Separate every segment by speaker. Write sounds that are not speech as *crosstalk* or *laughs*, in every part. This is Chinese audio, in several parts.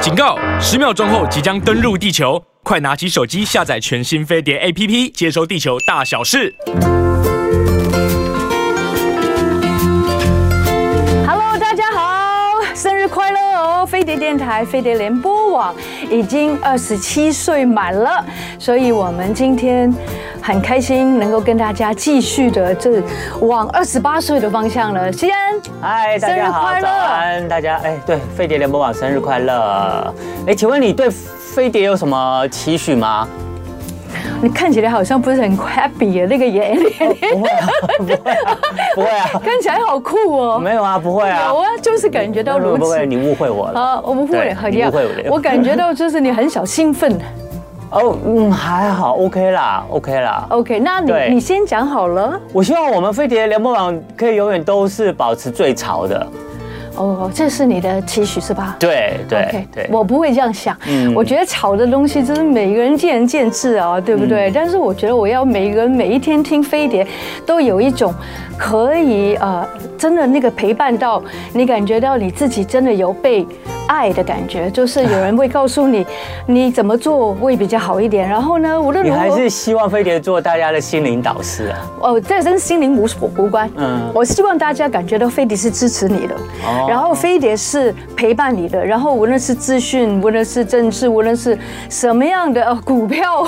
Speaker 1: 警告！十秒钟后即将登陆地球，快拿起手机下载全新飞碟 APP，接收地球大小事。
Speaker 2: Hello，大家好，生日快乐哦！飞碟电台、飞碟联播网已经二十七岁满了，所以我们今天很开心能够跟大家继续的这往二十八岁的方向了。西安，
Speaker 3: 嗨，大家好
Speaker 2: 生日快，乐
Speaker 3: 早安，大家。哎，对，飞碟联播网生日快乐。哎，请问你对飞碟有什么期许
Speaker 2: *laughs*
Speaker 3: 吗？
Speaker 2: 你看起来好像不是很 happy 耶，那个
Speaker 3: *laughs*
Speaker 2: 眼脸
Speaker 3: 不会啊，不会啊，不会啊，
Speaker 2: 看起来好酷哦。
Speaker 3: 没有啊，不会啊
Speaker 2: 有。啊，就是感觉到
Speaker 3: 不会
Speaker 2: 如
Speaker 3: 不
Speaker 2: 此
Speaker 3: 会，。你误会我了。
Speaker 2: 啊，我不会，
Speaker 3: 对
Speaker 2: 好
Speaker 3: 你
Speaker 2: 厉害
Speaker 3: 误会我了
Speaker 2: 我感觉到就是你很小兴奋。
Speaker 3: 哦，嗯，还好，OK 啦，OK 啦。
Speaker 2: OK，那你
Speaker 3: 对
Speaker 2: 你先讲好了。
Speaker 3: 我希望我们飞碟联播网可以永远都是保持最潮的。
Speaker 2: 哦，这是你的期许是吧？
Speaker 3: 对对
Speaker 2: OK，
Speaker 3: 对。嗯
Speaker 2: 我不会这样想。我觉得炒的东西真是每个人见仁见智啊，对不对？但是我觉得我要每个人每一天听飞碟，都有一种可以呃，真的那个陪伴到你，感觉到你自己真的有被爱的感觉，就是有人会告诉你你怎么做会比较好一点。然后呢，无论
Speaker 3: 你
Speaker 2: 如
Speaker 3: 还
Speaker 2: 何
Speaker 3: 是，希望飞碟做大家的心灵导师啊？
Speaker 2: 哦，这跟心灵无所无关。
Speaker 3: 嗯
Speaker 2: 我希望大家感觉到飞碟是支持你的，
Speaker 3: 哦
Speaker 2: 然后飞碟是陪伴你的，然后无论是资讯，无论是政治，无论是什么样的呃股票，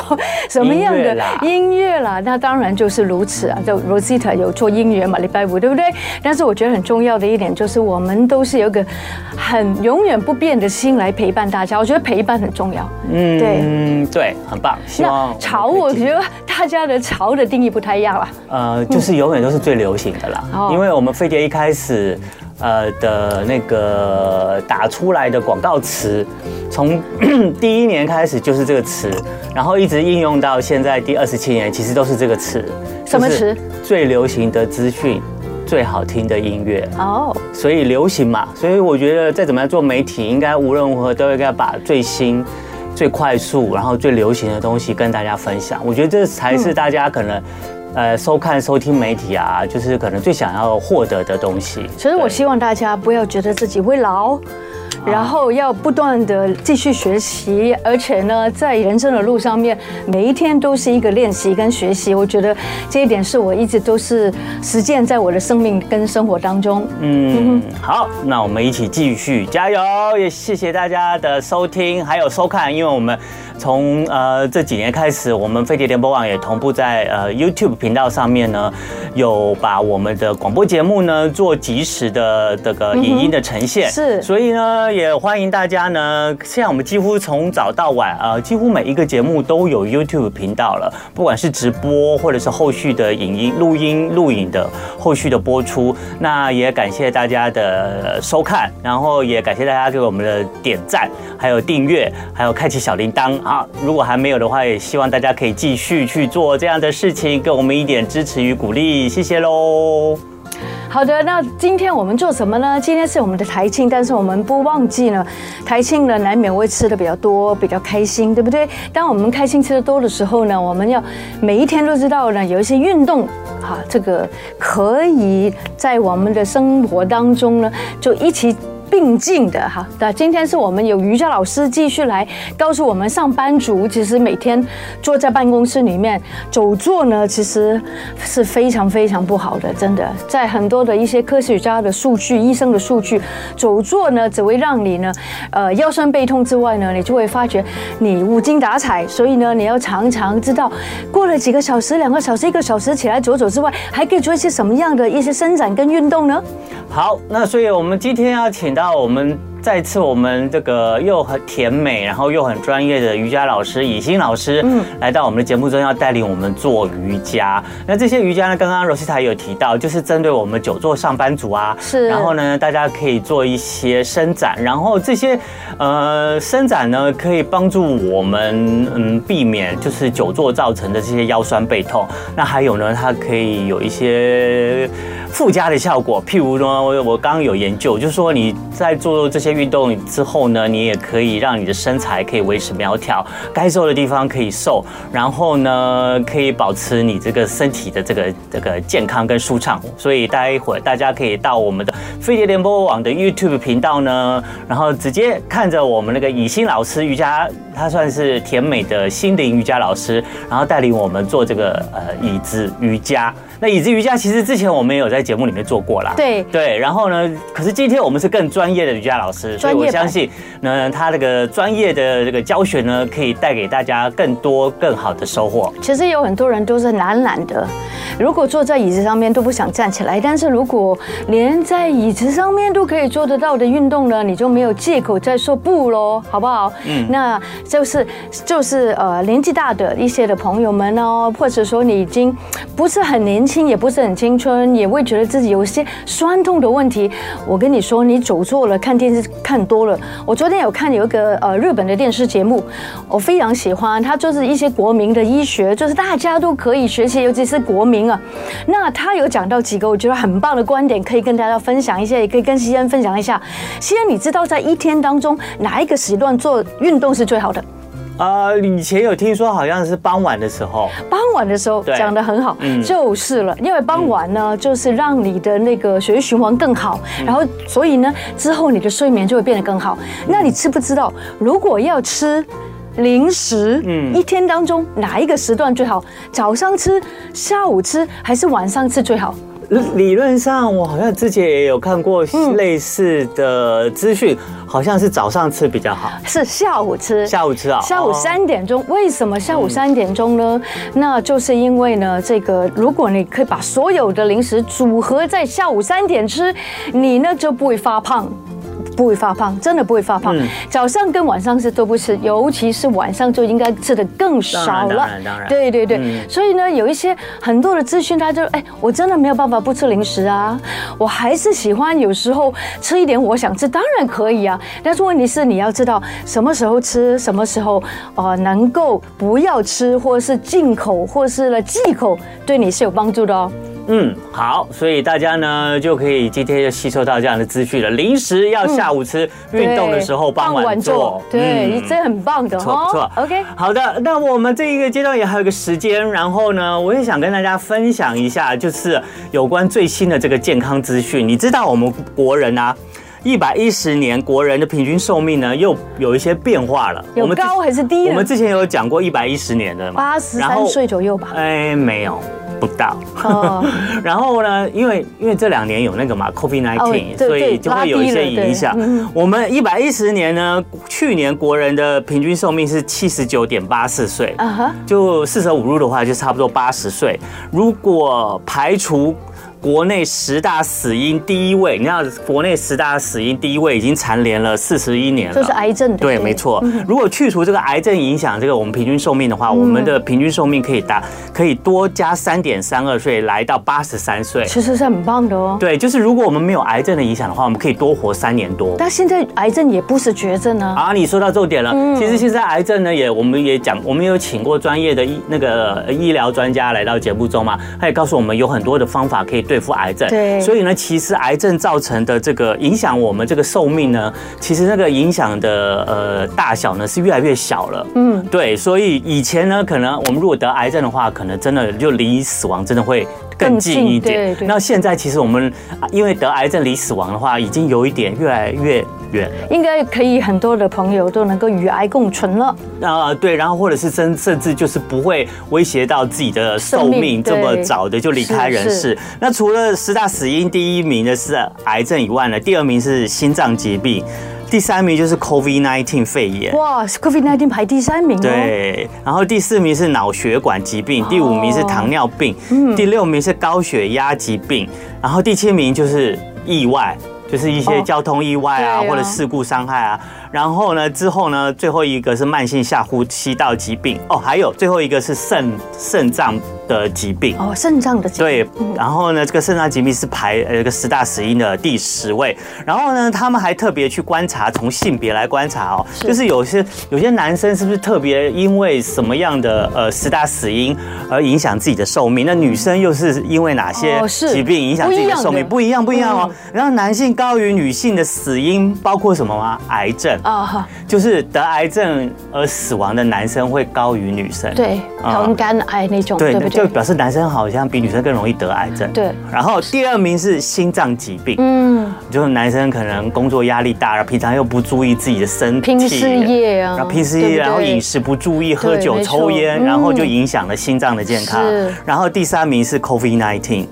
Speaker 2: 什么样
Speaker 3: 音乐
Speaker 2: 的
Speaker 3: 啦
Speaker 2: 音乐啦，那当然就是如此啊。就 Rosita 有做音乐嘛，礼拜五对不对？但是我觉得很重要的一点就是，我们都是有一个很永远不变的心来陪伴大家。我觉得陪伴很重要。
Speaker 3: 嗯，
Speaker 2: 对。
Speaker 3: 对，很棒。希望
Speaker 2: 那
Speaker 3: 们
Speaker 2: 潮，
Speaker 3: 可以
Speaker 2: 我
Speaker 3: 继续
Speaker 2: 觉得大家的潮的定义不太一样啦。
Speaker 3: 呃，就是永远都是最流行的啦，
Speaker 2: 哦
Speaker 3: 因为我们飞碟一开始。呃的那个打出来的广告词，从 *coughs* 第一年开始就是这个词，然后一直应用到现在第二十七年，其实都是这个词。
Speaker 2: 什么词？
Speaker 3: 最流行的资讯，最好听的音乐。
Speaker 2: 哦、
Speaker 3: 所以流行嘛，所以我觉得再怎么样做媒体，应该无论如何都应该把最新、最快速，然后最流行的东西跟大家分享。我觉得这才是大家可能。呃，收看、收听媒体啊，就是可能最想要获得的东西。
Speaker 2: 所以我
Speaker 3: 对
Speaker 2: 希望大家不要觉得自己会老，然后要不断的继续学习，而且呢，在人生的路上面，每一天都是一个练习跟学习。我觉得这一点是我一直都是实践在我的生命跟生活当中。
Speaker 3: 嗯，好，那我们一起继续加油，也谢谢大家的收听还有收看，因为我们从呃这几年开始，我们飞碟联播网也同步在呃 YouTube 频道上面呢，有把我们的广播节目呢做及时的这个影音的呈现，
Speaker 2: 是
Speaker 3: 所以呢也欢迎大家呢，现在我们几乎从早到晚，呃，几乎每一个节目都有 YouTube 频道了，不管是直播或者是后续的影音、录音、录影的后续的播出。那也感谢大家的呃收看，然后也感谢大家给我们的点赞，还有订阅，还有开启小铃铛啊。如果还没有的话，也希望大家可以继续去做这样的事情，给我们一点支持与鼓励，谢谢喽。
Speaker 2: 好的，那今天我们做什么呢？今天是我们的台庆，但是我们不忘记呢，台庆呢难免会吃的比较多，比较开心，对不对？当我们开心吃的多的时候呢，我们要每一天都知道呢，有一些运动。啊，这个可以在我们的生活当中呢，就一起并进的哈。那今天是我们有瑜伽老师继续来告诉我们，上班族其实每天坐在办公室里面久坐呢，其实是非常非常不好的，真的。在很多的一些科学家的数据、医生的数据，久坐呢只会让你呢，呃，腰酸背痛之外呢，你就会发觉你无精打采，所以呢，你要常常知道，过了几个小时、两个小时、一个小时起来走走之外，还可以做一些什么样的一些伸展跟运动呢？
Speaker 3: 好，那所以我们今天要请到我们再次我们这个又很甜美，然后又很专业的瑜伽老师以欣老师，嗯，来到我们的节目中要带领我们做瑜伽。那这些瑜伽呢，刚刚 Rosita 也有提到，就是针对我们久坐上班族啊，
Speaker 2: 是
Speaker 3: 然后呢，大家可以做一些伸展，然后这些呃伸展呢，可以帮助我们嗯避免就是久坐造成的这些腰酸背痛。那还有呢，它可以有一些附加的效果。譬如呢，我我刚刚有研究，就是说你在做这些运动之后呢，你也可以让你的身材可以维持苗条，该瘦的地方可以瘦，然后呢，可以保持你这个身体的这个这个健康跟舒畅。所以待会儿大家可以到我们的飞碟联播网的 YouTube 频道呢，然后直接看着我们那个以欣老师瑜伽，他算是甜美的心灵瑜伽老师，然后带领我们做这个呃椅子瑜伽。那椅子瑜伽其实之前我们也有在节目里面做过啦，
Speaker 2: 对
Speaker 3: 对。然后呢，可是今天我们是更专业的瑜伽老师，所以
Speaker 2: 专业
Speaker 3: 我
Speaker 2: 版
Speaker 3: 相信呢，他这个专业的这个教学呢，可以带给大家更多更好的收获。
Speaker 2: 其实有很多人都是懒懒的，如果坐在椅子上面都不想站起来，但是如果连在椅子上面都可以做得到的运动呢，你就没有借口再说不喽，好不好？嗯，那就是就是呃年纪大的一些的朋友们哦，或者说你已经不是很年轻，也不是很青春，也会觉得自己有一些酸痛的问题。我跟你说，你走错了，看电视看多了。我昨天有看有一个呃日本的电视节目，我非常喜欢，它就是一些国民的医学，就是大家都可以学习，尤其是国民啊。那他有讲到几个我觉得很棒的观点，可以跟大家分享一下，也可以跟西安分享一下。西安，你知道在一天当中哪一个时段做运动是最好的？
Speaker 3: 呃，以前有听说好像是傍晚的时候，
Speaker 2: 傍晚的时候
Speaker 3: 对
Speaker 2: 讲得很好
Speaker 3: 嗯，
Speaker 2: 就是了，因为傍晚呢，就是让你的那个血液循环更好，然后所以呢，之后你的睡眠就会变得更好。那你知不知道，如果要吃？零食，
Speaker 3: 嗯
Speaker 2: 一天当中哪一个时段最好？早上吃、下午吃还是晚上吃最好？
Speaker 3: 理论上我好像之前也有看过
Speaker 2: 嗯
Speaker 3: 类似的资讯，好像是早上吃比较好，
Speaker 2: 是下午吃。
Speaker 3: 下午吃啊，
Speaker 2: 下午
Speaker 3: 哦嗯
Speaker 2: 三点钟，为什么下午三点钟呢？那就是因为呢，这个如果你可以把所有的零食组合在下午三点吃，你呢就不会发胖。不会发胖，真的不会发胖。
Speaker 3: 嗯
Speaker 2: 早上跟晚上是都不吃，尤其是晚上就应该吃的更少
Speaker 3: 当然当
Speaker 2: 了
Speaker 3: 然当然。
Speaker 2: 对对对，
Speaker 3: 嗯
Speaker 2: 所以呢，有一些很多的资讯，他就哎，我真的没有办法不吃零食啊，我还是喜欢有时候吃一点我想吃，当然可以啊。但是问题是你要知道什么时候吃，什么时候呃能够不要吃，或是进口，或是呢忌口，对你是有帮助的哦。
Speaker 3: 嗯，好，所以大家呢就可以今天就吸收到这样的资讯了。零食要下午吃，运、动的时候
Speaker 2: 嗯对
Speaker 3: 傍晚做。
Speaker 2: 对
Speaker 3: 嗯，
Speaker 2: 这很棒的
Speaker 3: 不错不错
Speaker 2: 哦。OK。
Speaker 3: 好的，那我们这一个阶段也还有一个时间，然后呢，我也想跟大家分享一下，就是有关最新的这个健康资讯。你知道我们国人啊，一百一十年国人的平均寿命呢，又有一些变化了。
Speaker 2: 有
Speaker 3: 之
Speaker 2: 高还是低呢
Speaker 3: 我们之前有讲过一百一十年的嘛，
Speaker 2: 八十
Speaker 3: 然后
Speaker 2: 三岁左右
Speaker 3: *laughs*
Speaker 2: 吧。
Speaker 3: 哎，没有，不到。
Speaker 2: 哦，
Speaker 3: 然后呢，因为因为这两年有那个嘛 COVID
Speaker 2: 哦
Speaker 3: 19，、
Speaker 2: 对
Speaker 3: 所以
Speaker 2: 对
Speaker 3: 就会有一
Speaker 2: 拉
Speaker 3: 些
Speaker 2: 低了对
Speaker 3: 影响
Speaker 2: 嗯。
Speaker 3: 我们一百一十年呢，去年国人的平均寿命是七十九点八四岁，
Speaker 2: 啊
Speaker 3: *laughs*
Speaker 2: 哈，
Speaker 3: 就四舍五入的话，就差不多八十岁。如果排除国内十大死因第一位，你知道国内十大死因第一位已经蝉联了四十一年了，
Speaker 2: 就是癌症的。
Speaker 3: 对，没。错。如果去除这个癌症影响这个我们平均寿命的话，我们的平均寿命可以达可以多加三点三二岁，来到八十三岁。
Speaker 2: 其实是很棒的哦。
Speaker 3: 对，就是如果我们没有癌症的影响的话，我们可以多活三年多。
Speaker 2: 但现在癌症也不是绝症啊。
Speaker 3: 啊，你说到重点了。
Speaker 2: 嗯
Speaker 3: 其实现在癌症呢，也我们也讲，我们有请过专业的医那个呃医疗专家来到节目中嘛，他也告诉我们有很多的方法可以对付癌症。
Speaker 2: 对
Speaker 3: 所以呢，其实癌症造成的这个影响我们这个寿命呢，其实那个影响的呃大小呢是越来越小了。嗯，对，所以以前呢，可能我们如果得癌症的话，可能真的就离死亡真的会。更
Speaker 2: 更
Speaker 3: 近
Speaker 2: 近
Speaker 3: 一
Speaker 2: 对。
Speaker 3: 点
Speaker 2: 对
Speaker 3: 那现在其实我们啊因为得癌症离死亡的话，已经有一点越来越远了。
Speaker 2: 应该可以，很多的朋友都能够与癌共存了。
Speaker 3: 啊、对，然后或者是甚甚至就是不会威胁到自己的寿
Speaker 2: 生
Speaker 3: 命，
Speaker 2: 命
Speaker 3: 这么
Speaker 2: 对
Speaker 3: 早的就离开人
Speaker 2: 是
Speaker 3: 世。那除了十大死因第一名的是癌症以外呢，第二名是心脏疾病，第三名就是 COVID-19 肺炎。
Speaker 2: 哇，COVID-19 排第三名哦。
Speaker 3: 对，然后第四名是脑血管疾病，
Speaker 2: 哦
Speaker 3: 第五名是糖尿病，
Speaker 2: 嗯
Speaker 3: 第六名是高血压疾病，然后第七名就是意外，就是一些
Speaker 2: 哦
Speaker 3: 交通意外啊，
Speaker 2: 对啊
Speaker 3: 或者事故伤害啊。然后呢，之后呢，最后一个是慢性下呼吸道疾病哦，还有最后一个是肾肾脏的疾病。
Speaker 2: 哦，肾脏的疾病
Speaker 3: 对，然后呢，这个肾脏疾病是排呃这个十大死因的第十位。然后呢，他们还特别去观察，从性别来观察哦，
Speaker 2: 是
Speaker 3: 就是有些有些男生是不是特别因为什么样的呃十大死因而影响自己的寿命？那女生又是因为哪些
Speaker 2: 哦是
Speaker 3: 疾病影响自己的寿命？
Speaker 2: 不
Speaker 3: 不一样，不一样哦。
Speaker 2: 嗯
Speaker 3: 然后男性高于女性的死因包括什么吗？癌症，
Speaker 2: 啊，哈
Speaker 3: 就是得癌症而死亡的男生会高于女生。
Speaker 2: 对，
Speaker 3: 啊
Speaker 2: 同肝癌那种，
Speaker 3: 对，
Speaker 2: 对不
Speaker 3: 就
Speaker 2: 对？
Speaker 3: 表示男生好像比女生更容易得癌症。
Speaker 2: 对
Speaker 3: 然后第二名是心脏疾病，
Speaker 2: 嗯，
Speaker 3: 就是男生可能工作压力大，然后平常又不注意自己的身体，
Speaker 2: 拼事业啊
Speaker 3: 然后拼事业，
Speaker 2: 对不对
Speaker 3: 然后饮食不注意，喝酒
Speaker 2: 没错
Speaker 3: 抽烟，
Speaker 2: 嗯
Speaker 3: 然后就影响了心脏的健康
Speaker 2: 是。
Speaker 3: 然后第三名是 COVID 19。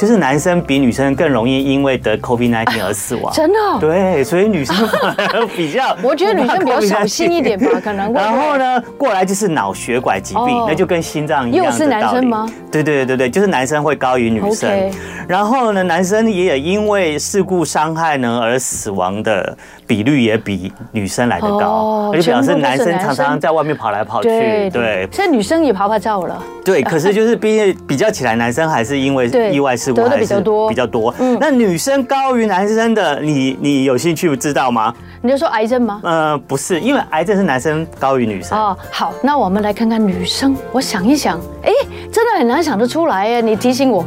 Speaker 3: 就是男生比女生更容易因为得 COVID 19而死亡，
Speaker 2: 真的哦
Speaker 3: 对，所以女生反而比较
Speaker 2: *laughs* ，我觉得女生比较小心一点吧可能会
Speaker 3: 然后呢，过来就是脑血管疾病
Speaker 2: 哦，
Speaker 3: 那就跟心脏一样的
Speaker 2: 又是男
Speaker 3: 道理
Speaker 2: 生吗？
Speaker 3: 对对对对，就是男生会高于女生
Speaker 2: OK。
Speaker 3: 然后呢，男生也因为事故伤害呢而死亡的比率也比女生来得
Speaker 2: 哦
Speaker 3: 高，而且表示男
Speaker 2: 全部都是
Speaker 3: 生
Speaker 2: 男生
Speaker 3: 常常在外面跑来跑去，对
Speaker 2: 现在女生也爬爬照了，
Speaker 3: 对。可是就是毕竟比较起来，男生还是因
Speaker 2: *laughs*
Speaker 3: 为
Speaker 2: 对
Speaker 3: 意外事故
Speaker 2: 得的
Speaker 3: 还
Speaker 2: 比较
Speaker 3: 是
Speaker 2: 多
Speaker 3: 比较多
Speaker 2: 嗯。
Speaker 3: 那女生高于男生的，你你有兴趣知道吗？
Speaker 2: 你就说癌症吗？
Speaker 3: 呃，不是，因为癌症是男生高于女生。
Speaker 2: 哦，好，那我们来看看女生。我想一想，哎，真的很难想得出来哎，你提醒我。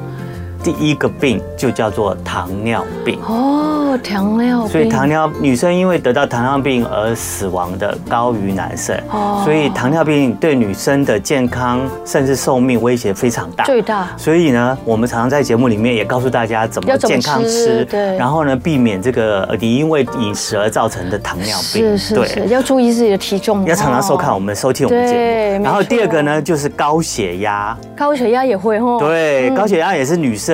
Speaker 3: 第一个病就叫做糖尿病。
Speaker 2: 哦，糖尿病。
Speaker 3: 所以糖尿女生因为得到糖尿病而死亡的高于男生，
Speaker 2: 哦
Speaker 3: 所以糖尿病对女生的健康甚至寿命威胁非常大。
Speaker 2: 最大
Speaker 3: 所以呢，我们常常在节目里面也告诉大家怎
Speaker 2: 要
Speaker 3: 么
Speaker 2: 怎么
Speaker 3: 健康
Speaker 2: 吃
Speaker 3: 吃，
Speaker 2: 对
Speaker 3: 然后呢，避免这个呃你因为饮食而造成的糖尿
Speaker 2: 是
Speaker 3: 病。
Speaker 2: 是是，要注意自己的体重，
Speaker 3: 要常常收看
Speaker 2: 哦
Speaker 3: 我们、收听我们节
Speaker 2: 对没
Speaker 3: 目。然后第二个
Speaker 2: 错
Speaker 3: 呢，就是高血压。
Speaker 2: 高血压也会哦。
Speaker 3: 对，
Speaker 2: 嗯
Speaker 3: 高血压也是女生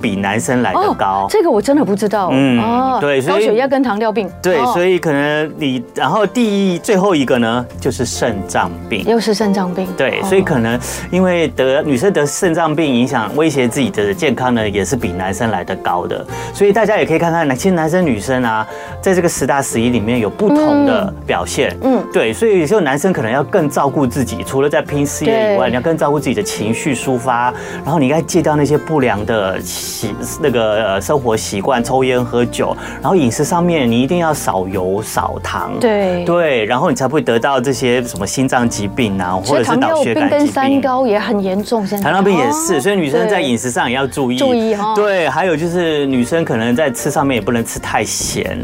Speaker 3: 比男生来的高。
Speaker 2: 哦这个我真的不知道。
Speaker 3: 嗯
Speaker 2: 哦
Speaker 3: 对所以
Speaker 2: 高血压跟糖尿病。哦
Speaker 3: 对，所
Speaker 2: 以
Speaker 3: 以可能你，然后第一最后一个呢，就是肾脏病。
Speaker 2: 又是肾脏病。
Speaker 3: 对，
Speaker 2: 哦
Speaker 3: 所以可能因为得女生得肾脏病影响威胁自己的健康呢，也是比男生来的高的。所以大家也可以看看，其实男生女生啊，在这个十大十一里面有不同的表现。
Speaker 2: 嗯
Speaker 3: 嗯，对，所以有时候男生可能要更照顾自己，除了在拼事业以
Speaker 2: 对
Speaker 3: 外，你要更照顾自己的情绪抒发，然后你应该戒掉那些不良的习那个呃生活习惯，抽烟喝酒，然后饮食上面你一定要少油少糖。
Speaker 2: 对。
Speaker 3: 对，然后你才不会得到这些什么心脏疾病啊，
Speaker 2: 其
Speaker 3: 或
Speaker 2: 实
Speaker 3: 者
Speaker 2: 糖
Speaker 3: 是脑
Speaker 2: 尿
Speaker 3: 血
Speaker 2: 病
Speaker 3: 管
Speaker 2: 跟
Speaker 3: 疾
Speaker 2: 三
Speaker 3: 病。
Speaker 2: 高也很严重，现在
Speaker 3: 糖尿病也
Speaker 2: 哦
Speaker 3: 是，所以女生在
Speaker 2: 对
Speaker 3: 饮食上也要注意。
Speaker 2: 注意哦哈
Speaker 3: 对，还有就是女生可能在吃上面也不能吃太咸，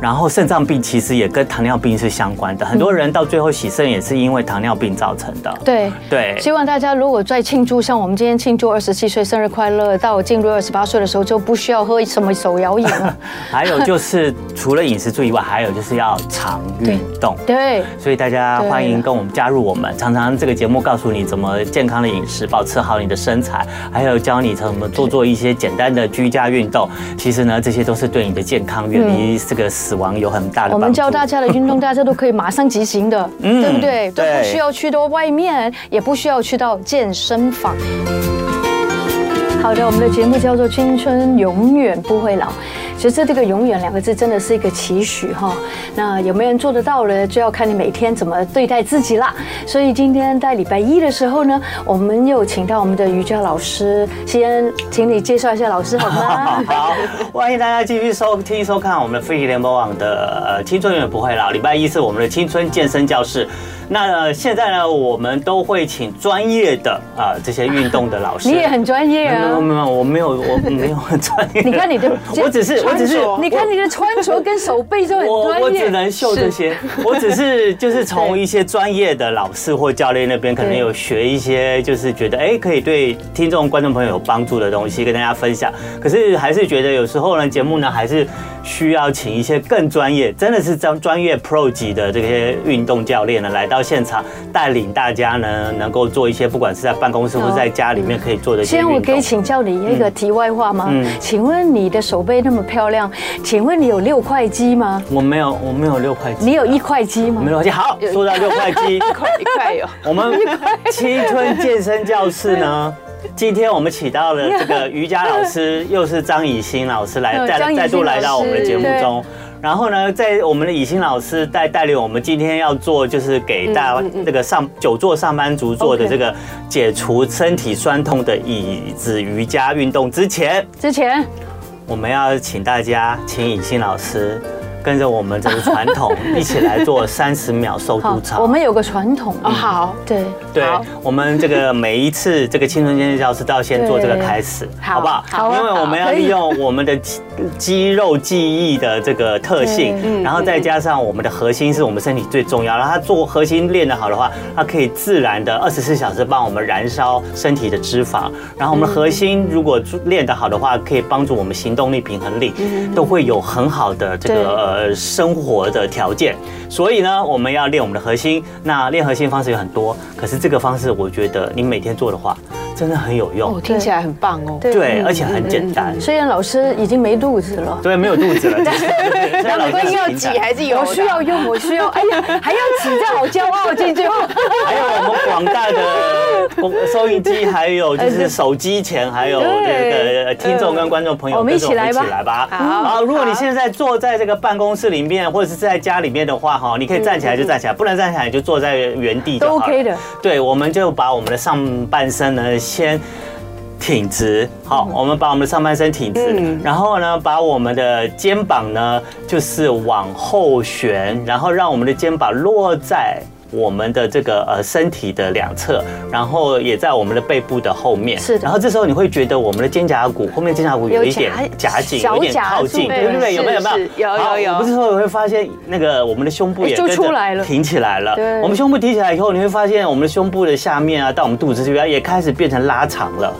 Speaker 3: 然后肾脏病其实也跟糖尿病是相关的，很多人到最后洗肾也是因为糖尿病造成的。
Speaker 2: 对。
Speaker 3: 对，
Speaker 2: 希望大家如果在庆祝，像我们今天庆祝二十七岁生日快乐，到进入二十八岁的时候，就不需要喝什么手摇饮
Speaker 3: *laughs*
Speaker 2: 了。
Speaker 3: 还有就是除了饮食注意以外，还有就是要常运动。
Speaker 2: 对，
Speaker 3: 所以大家
Speaker 2: 对
Speaker 3: 欢迎跟我们加入我们，常常这个节目告诉你怎么健康的饮食，保持好你的身材，还有教你怎么做做一些简单的居家运动。其实呢，这些都是对你的健康、远离这个死亡有很大
Speaker 2: 嗯
Speaker 3: 的
Speaker 2: 我
Speaker 3: 帮助。
Speaker 2: 们教大家的运动，大家都可以马上执行的，
Speaker 3: *laughs* 嗯
Speaker 2: 对不对？都不
Speaker 3: 对
Speaker 2: 需要去到外面，也不需要去到健身房。好的，我们的节目叫做《青春永远不会老》。其实这个“永远”两个字真的是一个期许哈。那有没有人做得到呢？就要看你每天怎么对待自己啦。所以今天在礼拜一的时候呢，我们又请到我们的瑜伽老师，先请你介绍一下老师好吗？
Speaker 3: *laughs*
Speaker 2: *laughs*
Speaker 3: 好，欢迎大家继续收听、收看我们的飞行联播网的呃《青春永远不会老》。礼拜一是我们的青春健身教室。那、呃现在呢，我们都会请专业的啊、呃这些运动的老
Speaker 2: *laughs*
Speaker 3: 师。
Speaker 2: 你也很专业
Speaker 3: 没有
Speaker 2: 啊
Speaker 3: 没。有没有，我没有我
Speaker 2: *laughs*
Speaker 3: 没有很专业。，
Speaker 2: 你看你的
Speaker 3: *laughs* 我只是我只是
Speaker 2: 穿着你看你的穿着跟手背就很专
Speaker 3: 我
Speaker 2: 业，
Speaker 3: 我只能秀这些，我只是
Speaker 2: *laughs*
Speaker 3: 就是从一些专业的老师或教练那边，可能
Speaker 2: 对
Speaker 3: 有学一些，就是觉得哎、可以对听众观众朋友有帮助的东西跟大家分享。可是还是觉得有时候呢，节目呢还是需要请一些更专业，真的是专专业 pro 级的这些运动教练呢来到现场，带领大家呢能够做一些，不管是在办公室或
Speaker 2: 哦
Speaker 3: 是在家里面可以做的一些
Speaker 2: 先
Speaker 3: 运
Speaker 2: 我可以
Speaker 3: 动。
Speaker 2: 请教你一个题外话吗？
Speaker 3: 嗯
Speaker 2: 请问你的手背那么漂亮，请问你有六块肌吗？
Speaker 3: 我没有，我没有六块肌，
Speaker 2: 你有一块肌吗
Speaker 3: 没？有六块肌。好，说到六块肌，
Speaker 4: 快一块哟，
Speaker 3: 我们青春健身教室呢，今天我们请到了这个瑜伽老师，又是张以欣老师来
Speaker 2: 嗯
Speaker 3: 再
Speaker 2: 张以欣
Speaker 3: 再度来到我们的节目
Speaker 2: 老师
Speaker 3: 中。然后呢，在我们的以欣老师带带领我们今天要做，就是给大家这个上久坐上班族做的
Speaker 2: OK
Speaker 3: 这个解除身体酸痛的椅子瑜伽运动之前，
Speaker 2: 之前
Speaker 3: 我们要请大家，请以欣老师跟着我们这个传
Speaker 2: *laughs*
Speaker 3: 统一起来做三十秒瘦肚操。
Speaker 2: 我们有个传统
Speaker 3: 啊
Speaker 4: 哦，好，
Speaker 2: 对，
Speaker 3: 对
Speaker 4: 好，
Speaker 3: 我们这个每一次这个青春健身教室都要先做这个开始，
Speaker 4: 好
Speaker 3: 好不好？
Speaker 4: 好啊
Speaker 3: 因为我们要
Speaker 2: 可以
Speaker 3: 利用我们的肌肌肉记忆的这个特性，
Speaker 4: 嗯
Speaker 3: 然后再加上我们的核心是我们身体最重要，然后它做核心练得好的话，它可以自然的二十四小时帮我们燃烧身体的脂肪，然后我们核心如果练得好的话，可以帮助我们行动力、平衡力，
Speaker 4: 嗯
Speaker 3: 都会有很好的这
Speaker 2: 对
Speaker 3: 个呃生活的条件。所以呢，我们要练我们的核心。那练核心方式有很多，可是这个方式我觉得你每天做的话，真的很有用
Speaker 4: 哦，。听起来很棒哦。
Speaker 2: 对
Speaker 3: 对，
Speaker 2: 嗯
Speaker 3: 而且很简单。
Speaker 2: 虽然老师已经没肚子了。
Speaker 3: 对，没有肚子了。
Speaker 2: *laughs*
Speaker 3: 对对对对虽然老师
Speaker 4: 不
Speaker 3: 很
Speaker 4: 一定要
Speaker 3: 平
Speaker 4: 挤
Speaker 3: 坦
Speaker 4: 还是有
Speaker 2: 我
Speaker 4: 的
Speaker 2: 需要用，我需要，哎呀，还要挤，这样好骄傲，哦这句话。
Speaker 3: 还有我们广大的广收音机，还
Speaker 2: 呃
Speaker 3: 有就是手机前，还有这个呃听众跟观众朋友，
Speaker 2: 我们一起来吧
Speaker 3: 跟着我们一起来吧。
Speaker 4: 好
Speaker 3: 好，如果你现在坐在这个办公室里面，或者是在家里面的话，哈，你可以站起来就站起来，不能站起来就坐在原地就好了
Speaker 2: 都 OK 的。
Speaker 3: 对，我们就把我们的上半身呢先。挺直，
Speaker 2: 嗯
Speaker 3: 好，我们把我们的上半身挺直，
Speaker 4: 嗯
Speaker 3: 然后呢，把我们的肩膀呢，就是往后旋，然后让我们的肩膀落在我们的这个呃身体的两侧，然后也在我们的背部的后面。
Speaker 2: 是的
Speaker 3: 然后这时候你会觉得我们的肩胛骨后面肩胛骨有一点
Speaker 2: 有夹
Speaker 3: 夹紧，
Speaker 2: 小
Speaker 3: 有点
Speaker 2: 夹
Speaker 3: 靠
Speaker 2: 住
Speaker 3: 近，
Speaker 2: 对
Speaker 3: 对不对？
Speaker 4: 是
Speaker 3: 有没有？有没
Speaker 4: 是有
Speaker 3: 好
Speaker 4: 有有
Speaker 3: 我们这时候会发现那个我们的胸部
Speaker 2: 哎
Speaker 3: 也
Speaker 2: 就
Speaker 3: 跟着
Speaker 2: 出来了
Speaker 3: 挺起来了。
Speaker 2: 对
Speaker 3: 我们胸部挺起来以后，你会发现我们的胸部的下面啊，到我们肚子这边也开始变成拉长了。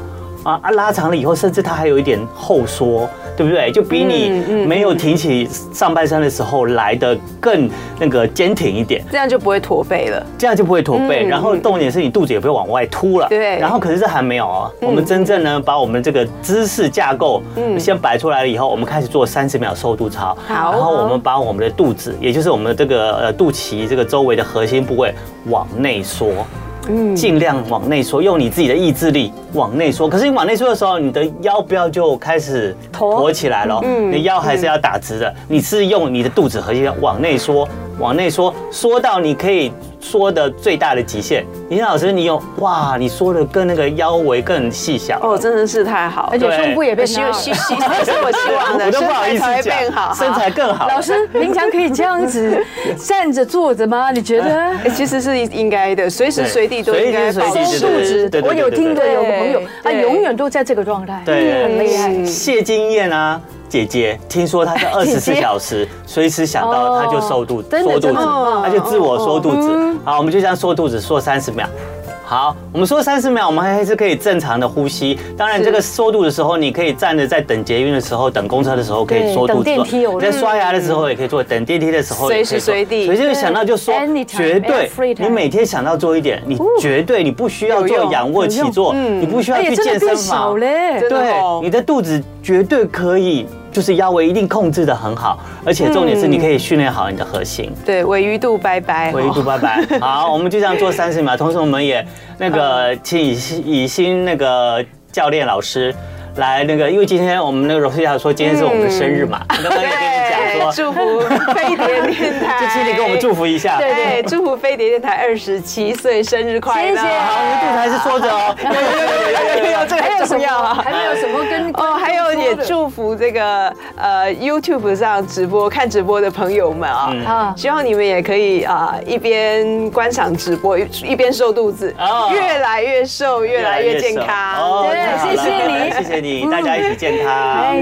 Speaker 3: 啊啊！拉长了以后，甚至它还有一点后缩，对不对？就比
Speaker 4: 嗯嗯
Speaker 3: 你
Speaker 4: 嗯
Speaker 3: 没有挺起上半身的时候来的更那个坚挺一点。
Speaker 4: 这样就不会驼背了。
Speaker 3: 这样就不会驼背，
Speaker 4: 嗯
Speaker 3: 然后重点是你肚子也不会往外凸了。
Speaker 4: 对
Speaker 3: 然后可是这还没有哦，我们真正呢把我们这个姿势架构
Speaker 4: 嗯
Speaker 3: 先摆出来了以后，我们开始做三十秒瘦肚操。
Speaker 4: 好
Speaker 3: 然后我们把我们的肚子，也就是我们的这个呃肚脐这个周围的核心部位往内缩。
Speaker 4: 嗯，
Speaker 3: 尽量往内缩，用你自己的意志力往内缩。可是你往内缩的时候，你的腰不要就开始
Speaker 2: 驼
Speaker 3: 驼起来了，
Speaker 4: 嗯
Speaker 3: 你腰还是要打直的。你是用你的肚子核心往内缩，往内缩，缩到你可以缩的最大的极限。林老师，你有哇，你缩的跟那个腰围更细小了
Speaker 4: 哦，真的是太好了，
Speaker 2: 而且胸部也被
Speaker 4: 希
Speaker 2: 拉了
Speaker 4: 希希，这是我希望的，
Speaker 3: 我都不好意思
Speaker 4: 身材才会
Speaker 3: 讲
Speaker 4: 变好，
Speaker 3: 身材更好。
Speaker 2: 老师平常可以这样子站着坐着吗？你觉
Speaker 3: *laughs*
Speaker 2: 得？
Speaker 4: 哎其实是应该的，随时
Speaker 3: 对
Speaker 4: 随地都应该
Speaker 3: 随
Speaker 4: 保
Speaker 3: 时
Speaker 2: 收
Speaker 3: 随地
Speaker 2: 肚
Speaker 3: 对
Speaker 4: 持
Speaker 3: 对对对
Speaker 2: 子，
Speaker 3: 对
Speaker 2: 我有听过
Speaker 4: 对
Speaker 2: 有个朋友，他
Speaker 4: 对
Speaker 2: 永远都在这个状态，
Speaker 3: 对
Speaker 2: 很厉害。
Speaker 4: 嗯
Speaker 3: 谢金燕啊，姐姐，听说
Speaker 2: *laughs*
Speaker 3: 她是二十四小时，随时想到她就瘦肚，
Speaker 2: 哦真的
Speaker 3: 缩肚
Speaker 2: 真
Speaker 3: 子，
Speaker 2: 的嗯
Speaker 4: 哦
Speaker 3: 她就自我缩肚子。好，我们就这样缩肚子，缩三十秒。好，我们缩三十秒，我们还是可以正常的呼吸。当然，
Speaker 4: 是
Speaker 3: 这个缩肚的时候，你可以站着，在等捷运的时候、等公车的时候可以
Speaker 2: 对
Speaker 3: 缩肚
Speaker 2: 等
Speaker 3: 子，
Speaker 2: 电梯有嗯
Speaker 3: 在刷牙的时候也可以做，等电梯的时候也可以做
Speaker 4: 随时随地
Speaker 3: 随时想到就缩
Speaker 2: 对，anytime，
Speaker 3: 绝对
Speaker 2: every。time 哦
Speaker 3: 你每天想到做一点，你绝对你不需要
Speaker 4: 有
Speaker 3: 做
Speaker 4: 用
Speaker 3: 仰卧起坐，
Speaker 4: 有用嗯
Speaker 3: 你不需要
Speaker 2: 哎
Speaker 3: 去
Speaker 2: 呀，
Speaker 3: 健
Speaker 2: 真的
Speaker 3: 身
Speaker 2: 变
Speaker 3: 房
Speaker 2: 少。嘞，
Speaker 4: 真的
Speaker 3: 对
Speaker 4: 哦，
Speaker 3: 你的肚子绝对可以，就是腰围一定控制的很好，而且重点是你可以训练好你的核心。
Speaker 4: 对，尾鱼肚拜拜，
Speaker 3: 维度拜拜，好，我们就这样做三十秒。同时，我们也那个请以欣以欣那个教练老师来那个，因为今天我们那个罗西亚说今天是我们的生日嘛，能不能跟你
Speaker 4: 对
Speaker 3: 讲，说，
Speaker 4: 祝福飞碟电台，
Speaker 3: 就请你给我们祝福一下。
Speaker 4: 对对，祝福飞碟电台二十七岁生日快乐！
Speaker 2: 谢谢
Speaker 3: 好，我们肚子还是缩着哦。
Speaker 4: 有有有，这个
Speaker 2: 还有什
Speaker 4: 很重要
Speaker 2: 么？
Speaker 4: 啊。
Speaker 2: 还没有什么跟
Speaker 4: 哦，还有也
Speaker 2: 住
Speaker 4: 祝福这个呃 YouTube 上直播看直播的朋友们啊、
Speaker 2: 啊，
Speaker 4: 希望你们也可以啊、一边观赏直播，一一边瘦肚子，
Speaker 3: 哦
Speaker 4: 越来越瘦，越来越健康。
Speaker 3: 哦
Speaker 2: 对
Speaker 3: 太好了
Speaker 2: 谢谢你
Speaker 3: 谢谢
Speaker 4: 嗯
Speaker 3: 你，大家一起健康
Speaker 2: 哎。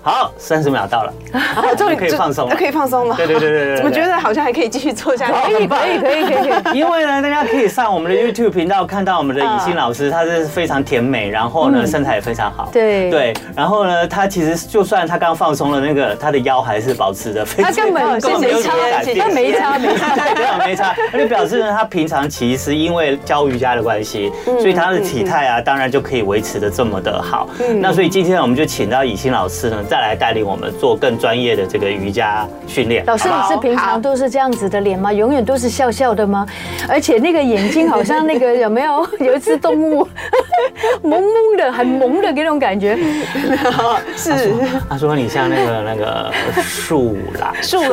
Speaker 3: 好，三十秒到了，
Speaker 4: 好，啊终于
Speaker 3: 可以放松了
Speaker 4: 可以放松了。
Speaker 3: 对对对对对对
Speaker 4: 怎么觉得好像还可以继续做下
Speaker 2: 可
Speaker 4: 去？
Speaker 2: 以可以可以可以，
Speaker 3: *laughs* 因为呢，大家可以上我们的 YouTube 频道看到我们的
Speaker 4: 啊
Speaker 3: 以欣老师，她是非常甜美，然后
Speaker 4: 嗯
Speaker 3: 呢身材也非常好。
Speaker 2: 对
Speaker 3: 对，然后呢，她其实就算她刚放松了那个，她的腰还是保持着非常
Speaker 2: 他根本
Speaker 4: 谢谢
Speaker 2: 没
Speaker 4: 谢谢
Speaker 2: 差，
Speaker 4: 谢谢
Speaker 2: 他没差没差。
Speaker 3: 非常非 *laughs* 没差。那就表示呢，他平常其实因为教瑜伽的关系，
Speaker 2: 嗯
Speaker 3: 所以他的体态啊，当然就可以维持的这么的好。
Speaker 2: 嗯
Speaker 3: 那所以今天我们就请到以欣老师呢，再来带领我们做更专业的这个瑜伽训练。
Speaker 2: 老师，
Speaker 3: 好不
Speaker 2: 你
Speaker 3: 好
Speaker 2: 是平常都是这样子的脸吗？永远都是笑笑的吗？而且那个眼睛好像那个有没有 *laughs* 有一只动物， *laughs* 萌萌的，很萌的那种感觉。
Speaker 4: 是
Speaker 3: 他说你像那个那个树懒，
Speaker 4: 树懒，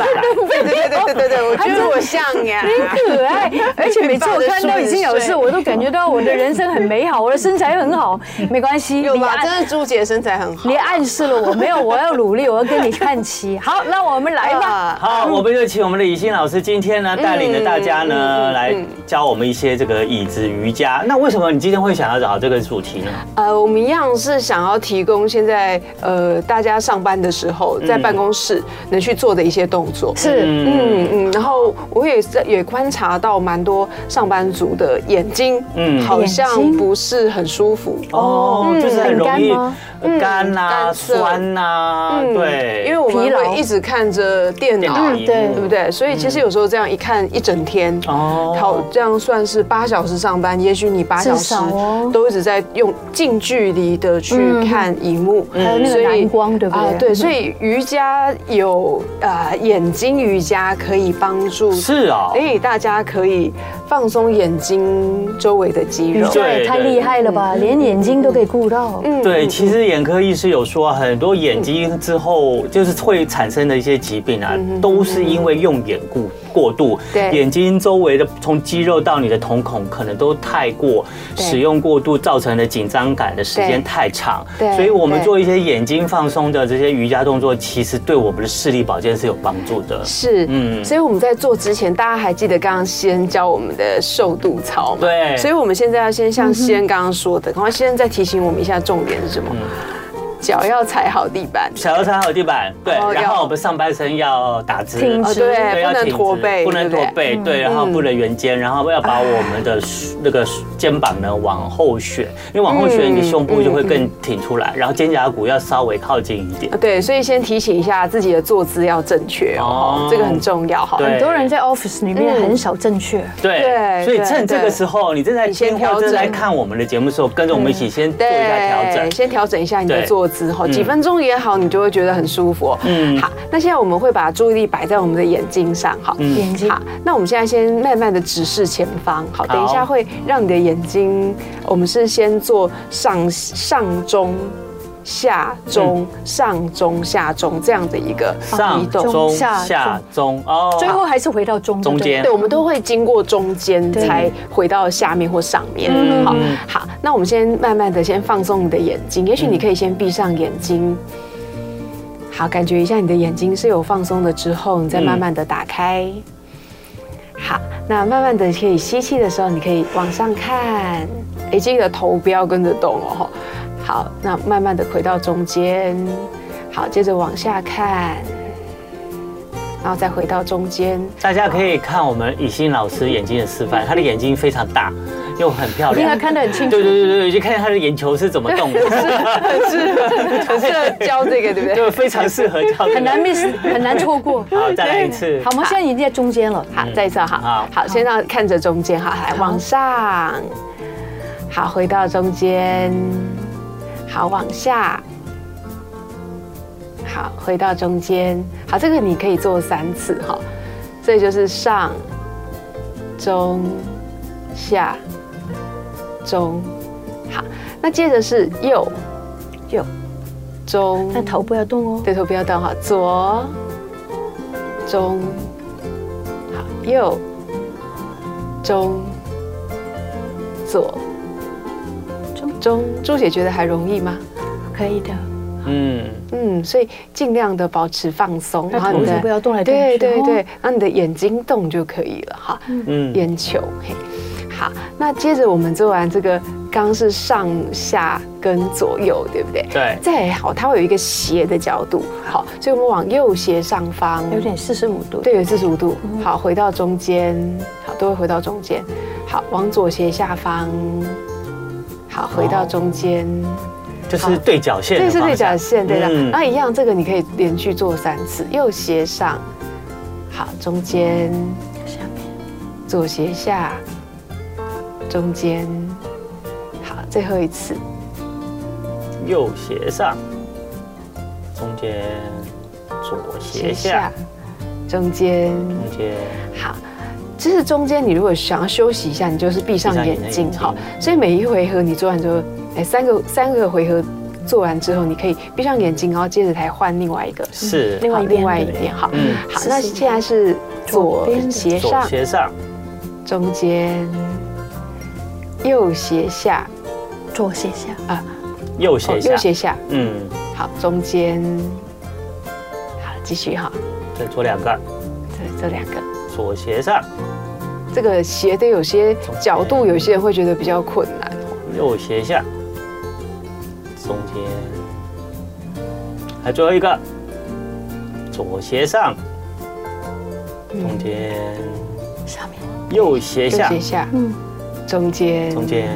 Speaker 4: 对对对对对对对，我觉得我像呀，
Speaker 2: 可爱，而且每次我看到已经有
Speaker 4: 很棒的
Speaker 2: 事，
Speaker 4: 睡
Speaker 2: 我都感觉到我的人生很美好，我的身材很好，没关系，
Speaker 4: 有
Speaker 2: 你
Speaker 4: 吧？
Speaker 2: 暗
Speaker 4: 真的，朱姐身材很好
Speaker 2: 你。暗示了我，没有，我要努力，我要跟你看齐。好，那我们来
Speaker 4: *laughs*
Speaker 2: 吧。
Speaker 4: 啊，
Speaker 3: 好，我们就请我们的以欣老师今天呢，带领着大家
Speaker 4: 嗯
Speaker 3: 呢来教我们一些这个椅子瑜伽。那为什么你今天会想要找这个主题呢？
Speaker 4: 呃，我们一样是想要提供现在呃大家上班的时候在办公室能去做的一些动作。
Speaker 2: 是，
Speaker 4: 嗯嗯，然后我也在也观察到蛮多上班族的眼睛，
Speaker 3: 嗯
Speaker 4: 嗯，好像
Speaker 2: 眼睛
Speaker 4: 不是很舒服。
Speaker 3: 哦，就是很容易呃
Speaker 2: 很干吗
Speaker 3: 干呐、
Speaker 4: 干涩
Speaker 3: 酸呐，
Speaker 4: 嗯
Speaker 3: 对，
Speaker 4: 因为我们
Speaker 2: 疲劳
Speaker 4: 会一直看着电
Speaker 3: 电
Speaker 4: 脑，
Speaker 3: 脑
Speaker 2: 嗯
Speaker 3: 荧
Speaker 2: 对
Speaker 4: 对不
Speaker 3: 幕
Speaker 4: 对？所以其实有时候这样一看一整天，
Speaker 3: 哦
Speaker 4: 好，这样算是八小时上班，也许你八小
Speaker 2: 至
Speaker 4: 时
Speaker 2: 少哦
Speaker 4: 都一直在用近距离的去看荧幕，
Speaker 2: 还
Speaker 3: 嗯
Speaker 2: 有那个
Speaker 4: 所以
Speaker 2: 蓝光，对不
Speaker 4: 啊
Speaker 2: 对？，
Speaker 4: 对，所以瑜伽有啊、呃眼睛瑜伽可以帮助，
Speaker 3: 是哦，
Speaker 4: 哎，大家可以放松眼睛周围的肌
Speaker 2: 瑜
Speaker 4: 肉。
Speaker 2: 伽也
Speaker 3: 对
Speaker 2: 太
Speaker 3: 对
Speaker 2: 厉害了吧，连眼睛都可以顾到。
Speaker 4: 嗯
Speaker 3: 对，其实眼科医师有说，很多眼睛之后就是会产生的一些疾病
Speaker 4: 嗯
Speaker 3: 啊，都是因为用眼过过度，
Speaker 4: 对
Speaker 3: 眼睛周围的从肌肉到你的瞳孔，可能都太过
Speaker 4: 对
Speaker 3: 使用过度造成的紧张感的时间
Speaker 4: 对
Speaker 3: 太长，
Speaker 4: 对
Speaker 3: 所以我们
Speaker 4: 对
Speaker 3: 做一些眼睛放松的这些瑜伽动作，其实对我们的视力保健是有帮助的。
Speaker 4: 是，
Speaker 3: 嗯
Speaker 4: 嗯，所以我们在做之前，大家还记得刚刚先教我们的瘦肚操嘛？
Speaker 3: 对嗯
Speaker 4: 所以我们现在要先像先刚刚说的，然后先再提醒我们一下重点是什么，脚要踩好地板，
Speaker 3: 小腰踩好地板，对，
Speaker 4: 哦
Speaker 3: 然
Speaker 4: 要
Speaker 3: 后我们上半身要打直，
Speaker 2: 挺直
Speaker 4: 哦，
Speaker 3: 对，
Speaker 4: 对，
Speaker 3: 要
Speaker 4: 不能
Speaker 3: 挺
Speaker 4: 驼
Speaker 3: 直
Speaker 4: 背，
Speaker 3: 不能
Speaker 4: 对嗯啊
Speaker 3: 驼
Speaker 4: 对。
Speaker 3: 背，对，然后不能圆肩，然后要把我们的那个肩膀呢往后旋，因为往后旋，
Speaker 4: 嗯
Speaker 3: 你胸部就会更挺出来，然后肩胛骨要稍微靠近一点。
Speaker 4: 哦对，所以先提醒一下自己的坐姿要正确
Speaker 3: 哦
Speaker 4: 哦，这个很重要哈。
Speaker 3: 对
Speaker 2: 很多人在 office 里面很少正确，
Speaker 3: 对，
Speaker 4: 对
Speaker 3: 所以
Speaker 4: 对
Speaker 3: 趁这个
Speaker 4: 对
Speaker 3: 时候，你正在
Speaker 4: 你先
Speaker 3: 听或
Speaker 4: 调
Speaker 3: 正在
Speaker 4: 整
Speaker 3: 看我们的节目的时候，跟着我们一起先做一下调整
Speaker 4: 对，。先调整一下你的
Speaker 3: 对
Speaker 4: 坐姿哈，
Speaker 3: 嗯
Speaker 4: 几分钟也好，你就会觉得很舒服哦。
Speaker 3: 嗯
Speaker 4: 好，那现在我们会把注意力摆在我们的眼睛上哈。
Speaker 3: 嗯
Speaker 2: 眼睛
Speaker 4: 好，那我们现在先慢慢的直视前方。好，
Speaker 3: 好
Speaker 4: 等一下会让你的眼睛，我们是先做上上中。下中、上中下中这样的一个移
Speaker 3: 上
Speaker 4: 动，
Speaker 3: 中
Speaker 2: 下
Speaker 3: 下中哦，
Speaker 2: 最后还是回到中
Speaker 3: 中间
Speaker 4: 对，我们都会经过中间
Speaker 2: 对
Speaker 4: 才回到下面或上面。
Speaker 2: 嗯
Speaker 4: 好
Speaker 3: 嗯，
Speaker 4: 好，那我们先慢慢的先放松你的眼
Speaker 2: 嗯
Speaker 4: 睛，也许你可以先闭上眼睛。好，感觉一下你的眼睛是有放松的之后，你再慢慢的打开。
Speaker 2: 嗯
Speaker 4: 好，那慢慢的可以吸气的时候，你可以往上看，哎，记得头不要跟着动哦。吼好，那慢慢的回到中间，好，接着往下看，然后再回到中间。
Speaker 3: 大家可以看我们以欣老师眼睛的示范，他的眼睛非常大，又很漂
Speaker 2: 应该
Speaker 3: 亮。
Speaker 2: 看得很清楚
Speaker 3: 对对。对对，就看看他的眼球是怎么
Speaker 4: *laughs*
Speaker 3: 动的，
Speaker 4: 是 *laughs* 很适合教这个，对不对？
Speaker 3: 就非常适合教
Speaker 2: 很难 miss，很
Speaker 4: *laughs*
Speaker 2: 难错过。
Speaker 3: 好，再来一次。
Speaker 2: 好，我们现在已经在中间了。
Speaker 4: 好，再一次
Speaker 3: 好
Speaker 4: 哈，好，先让看着中间哈，来往上，好，回到中间，好，往下，好，回到中间，好，这个你可以做三次哈，所以就是上、中、下、中，好，那接着是右、
Speaker 2: 右、
Speaker 4: 中，
Speaker 2: 但头不要动哦。
Speaker 4: 对头不要动哈，左、中、好右、中、左、中中。朱姐觉得还容易吗？
Speaker 2: 可以的，
Speaker 3: 嗯，
Speaker 4: 嗯，所以尽量的保持放松，
Speaker 2: 那头
Speaker 4: 你
Speaker 2: 就不要动来动去。
Speaker 4: 对对
Speaker 2: 哦
Speaker 4: 对，，然后你的眼睛动就可以了哈。
Speaker 3: 嗯
Speaker 4: 眼球。嘿，好，那接着我们做完这个，刚刚是上下跟左右，对不对？
Speaker 3: 对
Speaker 4: 再好，它会有一个斜的角度，好，所以我们往右斜上方，
Speaker 2: 有点嗯四十五度。
Speaker 4: 对，有四十五度，好，回到中间，好，都会回到中间，好，往左斜下方，好，回到中间，
Speaker 3: 就是对角线
Speaker 4: 这
Speaker 3: 的
Speaker 4: 是
Speaker 3: 哦方
Speaker 4: 对角
Speaker 3: 向，
Speaker 4: 线，对的哎
Speaker 3: 嗯。
Speaker 4: 那一样，这个你可以连续做三次，右斜上，好，中间，
Speaker 2: 下面
Speaker 4: 左斜下，中间，好，最后一次，
Speaker 3: 右斜上，中间左斜下，，
Speaker 4: 中间，
Speaker 3: 中间
Speaker 4: 好。其实中间你如果想要休息一下，你就是闭上
Speaker 3: 闭上
Speaker 4: 眼
Speaker 3: 眼
Speaker 4: 睛
Speaker 3: 睛
Speaker 4: 哈。所以每一回合你做完之后，哎，三个三个回合做完之后，你可以闭上眼睛，然后接着才换另外一个，
Speaker 3: 是
Speaker 4: 另外
Speaker 2: 好边
Speaker 4: 另外一
Speaker 3: 对
Speaker 4: 边好。
Speaker 3: 嗯
Speaker 4: 好，那现在是左斜
Speaker 3: 左
Speaker 4: 上，
Speaker 3: 斜上，
Speaker 4: 中间，右斜下
Speaker 2: 左斜下，
Speaker 3: 右
Speaker 4: 哦，
Speaker 3: 斜下，
Speaker 4: 右斜下，
Speaker 3: 嗯，
Speaker 4: 好，中间，好，继续哈，
Speaker 3: 再做两个，
Speaker 4: 这这两个，
Speaker 3: 左斜上，
Speaker 4: 这个斜的有些角度，有些人会觉得比较困难哦。
Speaker 3: 右斜下，中间，还最后一个，左斜上，中间，
Speaker 2: 下面，
Speaker 3: 右斜
Speaker 4: 右
Speaker 3: 下
Speaker 4: 斜，下，
Speaker 2: 嗯，
Speaker 4: 中间，
Speaker 3: 中间，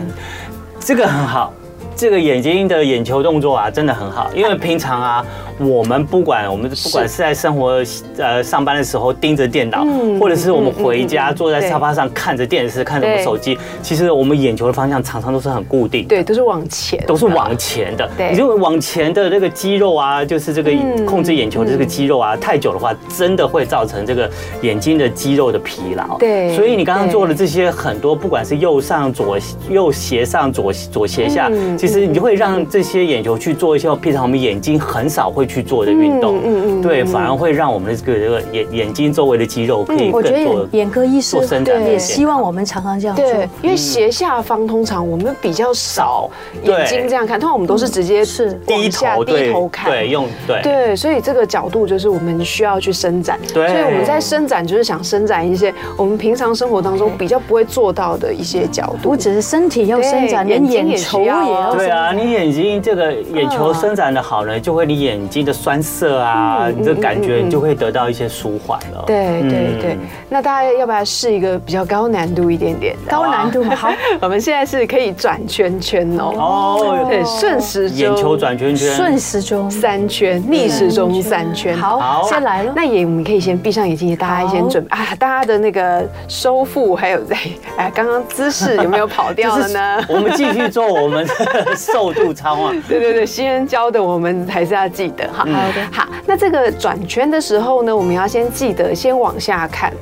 Speaker 3: 这个很好。这个眼睛的眼球动作啊，真的很好，因为平常啊，我们不管我们不管是在生活呃上班的时候盯着电脑，
Speaker 4: 嗯
Speaker 3: 或者是我们回
Speaker 4: 嗯
Speaker 3: 家
Speaker 4: 嗯嗯
Speaker 3: 坐在沙发上看着电视、看着我们手机，其实我们眼球的方向常常都是很固定的。
Speaker 4: 对，都是往前，
Speaker 3: 都是往前的，
Speaker 4: 对
Speaker 3: 你就往前的那个肌肉啊，就是这个
Speaker 4: 嗯
Speaker 3: 控制眼球的这个肌肉啊，太久的话，真的会造成这个眼睛的肌肉的疲劳。
Speaker 4: 对
Speaker 3: 所以你刚刚
Speaker 4: 对
Speaker 3: 做的这些很多，不管是右上、左右斜上、左左斜下
Speaker 4: 嗯，
Speaker 3: 其实你就会让这些眼球去做一些平常我们眼睛很少会去做的运动
Speaker 4: 嗯嗯嗯，
Speaker 3: 对，
Speaker 4: 嗯
Speaker 3: 反而会让我们的这个这个眼眼睛周围的肌肉可
Speaker 4: 嗯
Speaker 3: 以
Speaker 2: 嗯我觉得
Speaker 3: 更
Speaker 2: 眼
Speaker 3: 多。
Speaker 2: 眼科医师
Speaker 3: 做伸展
Speaker 2: 对
Speaker 3: 练
Speaker 2: 也
Speaker 3: 习
Speaker 2: 希望我们常常这样做。
Speaker 4: 对，
Speaker 3: 嗯
Speaker 4: 因为斜下方通常我们比较少
Speaker 3: 对
Speaker 4: 眼睛这样看，通常我们都是直接
Speaker 2: 嗯是
Speaker 4: 往下低
Speaker 3: 对
Speaker 4: 头看，
Speaker 3: 对，用对
Speaker 4: 对，所以这个角度就是我们需要去伸展。
Speaker 3: 对
Speaker 4: 所以我们在伸展就是想伸展一些我们平常生活当中比较不会做到的一些角度
Speaker 2: 不。只是身体要伸展，
Speaker 4: 对
Speaker 2: 连
Speaker 4: 眼
Speaker 2: 眼
Speaker 4: 睛也
Speaker 2: 球
Speaker 4: 需
Speaker 2: 也
Speaker 4: 要啊
Speaker 2: 要
Speaker 3: 对
Speaker 2: 伸
Speaker 3: 啊，你眼睛这个
Speaker 4: 嗯
Speaker 3: 眼球伸展的好呢，就会你眼睛的酸涩啊，
Speaker 4: 嗯
Speaker 3: 你的感觉就会得到一些舒缓了。
Speaker 4: 对对对
Speaker 3: 嗯，
Speaker 4: 那大家要不要试一个比较高难度一点点的？
Speaker 2: 高难度嘛。好，
Speaker 4: 我们现在是可以转圈圈哦，
Speaker 3: 哦，
Speaker 4: 对，顺时钟
Speaker 3: 眼球转圈圈，
Speaker 2: 顺时钟。
Speaker 4: 三圈，逆时钟三圈。
Speaker 2: 嗯好，
Speaker 3: 好
Speaker 2: 先来了。
Speaker 4: 那也我们可以先闭上眼睛，大家先准备啊，大家的那个收腹还有在哎，刚刚姿势有没有跑掉了
Speaker 2: *laughs*
Speaker 4: 呢？
Speaker 3: 我们继续做我们的瘦肚操啊。
Speaker 4: 对对对，新人教的我们还是要记得哈。
Speaker 3: 嗯
Speaker 2: 好的
Speaker 4: 好，那这个转圈的时候呢，我们要先记得先往下看。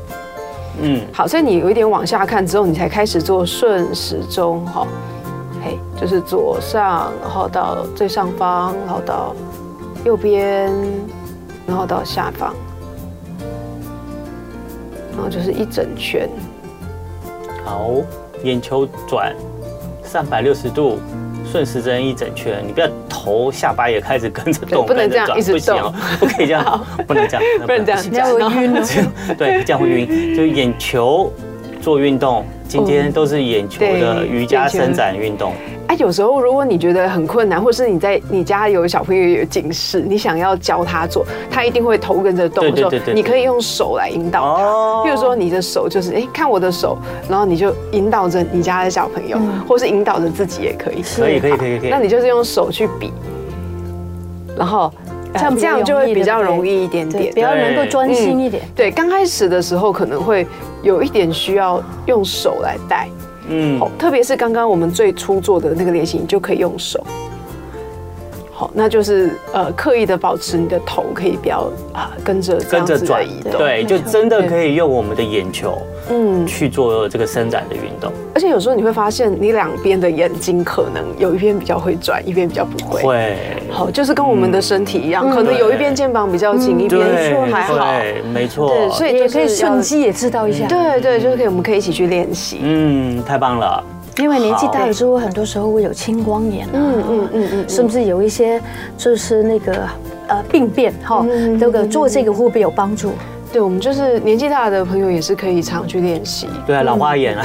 Speaker 3: 嗯，
Speaker 4: 好，所以你有一点往下看之后，你才开始做顺时钟哈。嘿，就是左上，然后到最上方，然后到右边，然后到下方，然后就是一整圈。
Speaker 3: 好，眼球转三百六十度。顺时针一整圈，你不要头下巴也开始跟着动，
Speaker 4: 对不
Speaker 3: 跟
Speaker 4: 能
Speaker 3: 着
Speaker 4: 这样
Speaker 3: 转
Speaker 4: 一直
Speaker 3: 不行哦，不可以
Speaker 4: *laughs*
Speaker 3: 这样，不能这样，
Speaker 4: 不能这样
Speaker 3: 行
Speaker 2: 那我晕哦
Speaker 3: *laughs*
Speaker 2: 了，
Speaker 3: 对，这样会晕。就是眼球做运动，今天都是眼球
Speaker 4: 哦
Speaker 3: 的瑜伽伸展运动。
Speaker 4: 啊，有时候如果你觉得很困难，或是你在你家有小朋友有近视，你想要教他做，他一定会头跟着动的时候
Speaker 3: 对对对对对
Speaker 4: 你可以用手来引导他。
Speaker 3: 哦
Speaker 4: 譬如说，你的手就是哎、诶看我的手，然后你就引导着你家的小朋友，或是引导着自己也可以。
Speaker 3: 可以可以可以可以
Speaker 4: 那你就是用手去比，然后
Speaker 2: 这
Speaker 4: 呃
Speaker 2: 样比较
Speaker 4: 这样就
Speaker 2: 容
Speaker 4: 会
Speaker 2: 易
Speaker 4: 比
Speaker 2: 对
Speaker 4: 较
Speaker 2: 不对
Speaker 4: 容易一点
Speaker 2: 对，
Speaker 4: 点
Speaker 2: 比。较能够专心一点。
Speaker 4: 对，刚开始的时候可能会有一点需要用手来带，
Speaker 3: 嗯
Speaker 4: 好，特别是刚刚我们最初做的那个练习，你就可以用手。好，那就是呃，刻意的保持你的头可以不要啊跟着这
Speaker 3: 跟
Speaker 4: 样
Speaker 3: 着
Speaker 4: 子的
Speaker 3: 转
Speaker 4: 移
Speaker 3: 移，
Speaker 4: 动。
Speaker 3: 对，就真的可以用我们的眼球
Speaker 4: 嗯，
Speaker 3: 去做这个伸展的运动。
Speaker 4: 而且有时候你会发现，你两边的眼睛可能有一边比较会转，一边比较不会。
Speaker 3: 会，
Speaker 4: 好，就是跟我们的身体一样，可能有一边肩膀比较紧，一边还好。
Speaker 3: 嗯对，没错。
Speaker 4: 对，所以
Speaker 2: 也
Speaker 4: 就
Speaker 2: 可以
Speaker 4: 是要
Speaker 2: 趁。机也知道一下，
Speaker 4: 对对，就是可以，我们可以一起去练习。
Speaker 3: 嗯，太棒了。
Speaker 2: 因为年纪大了之后，很多时候会有青光眼啊，
Speaker 4: 嗯嗯嗯嗯，
Speaker 2: 甚至有一些就是那个呃病变哈，
Speaker 4: 嗯
Speaker 2: 这个做这个会不会有帮助？
Speaker 4: 对，我们就是年纪大的朋友也是可以常去练习。
Speaker 3: 对啊，老花眼
Speaker 4: *laughs*
Speaker 3: 啊，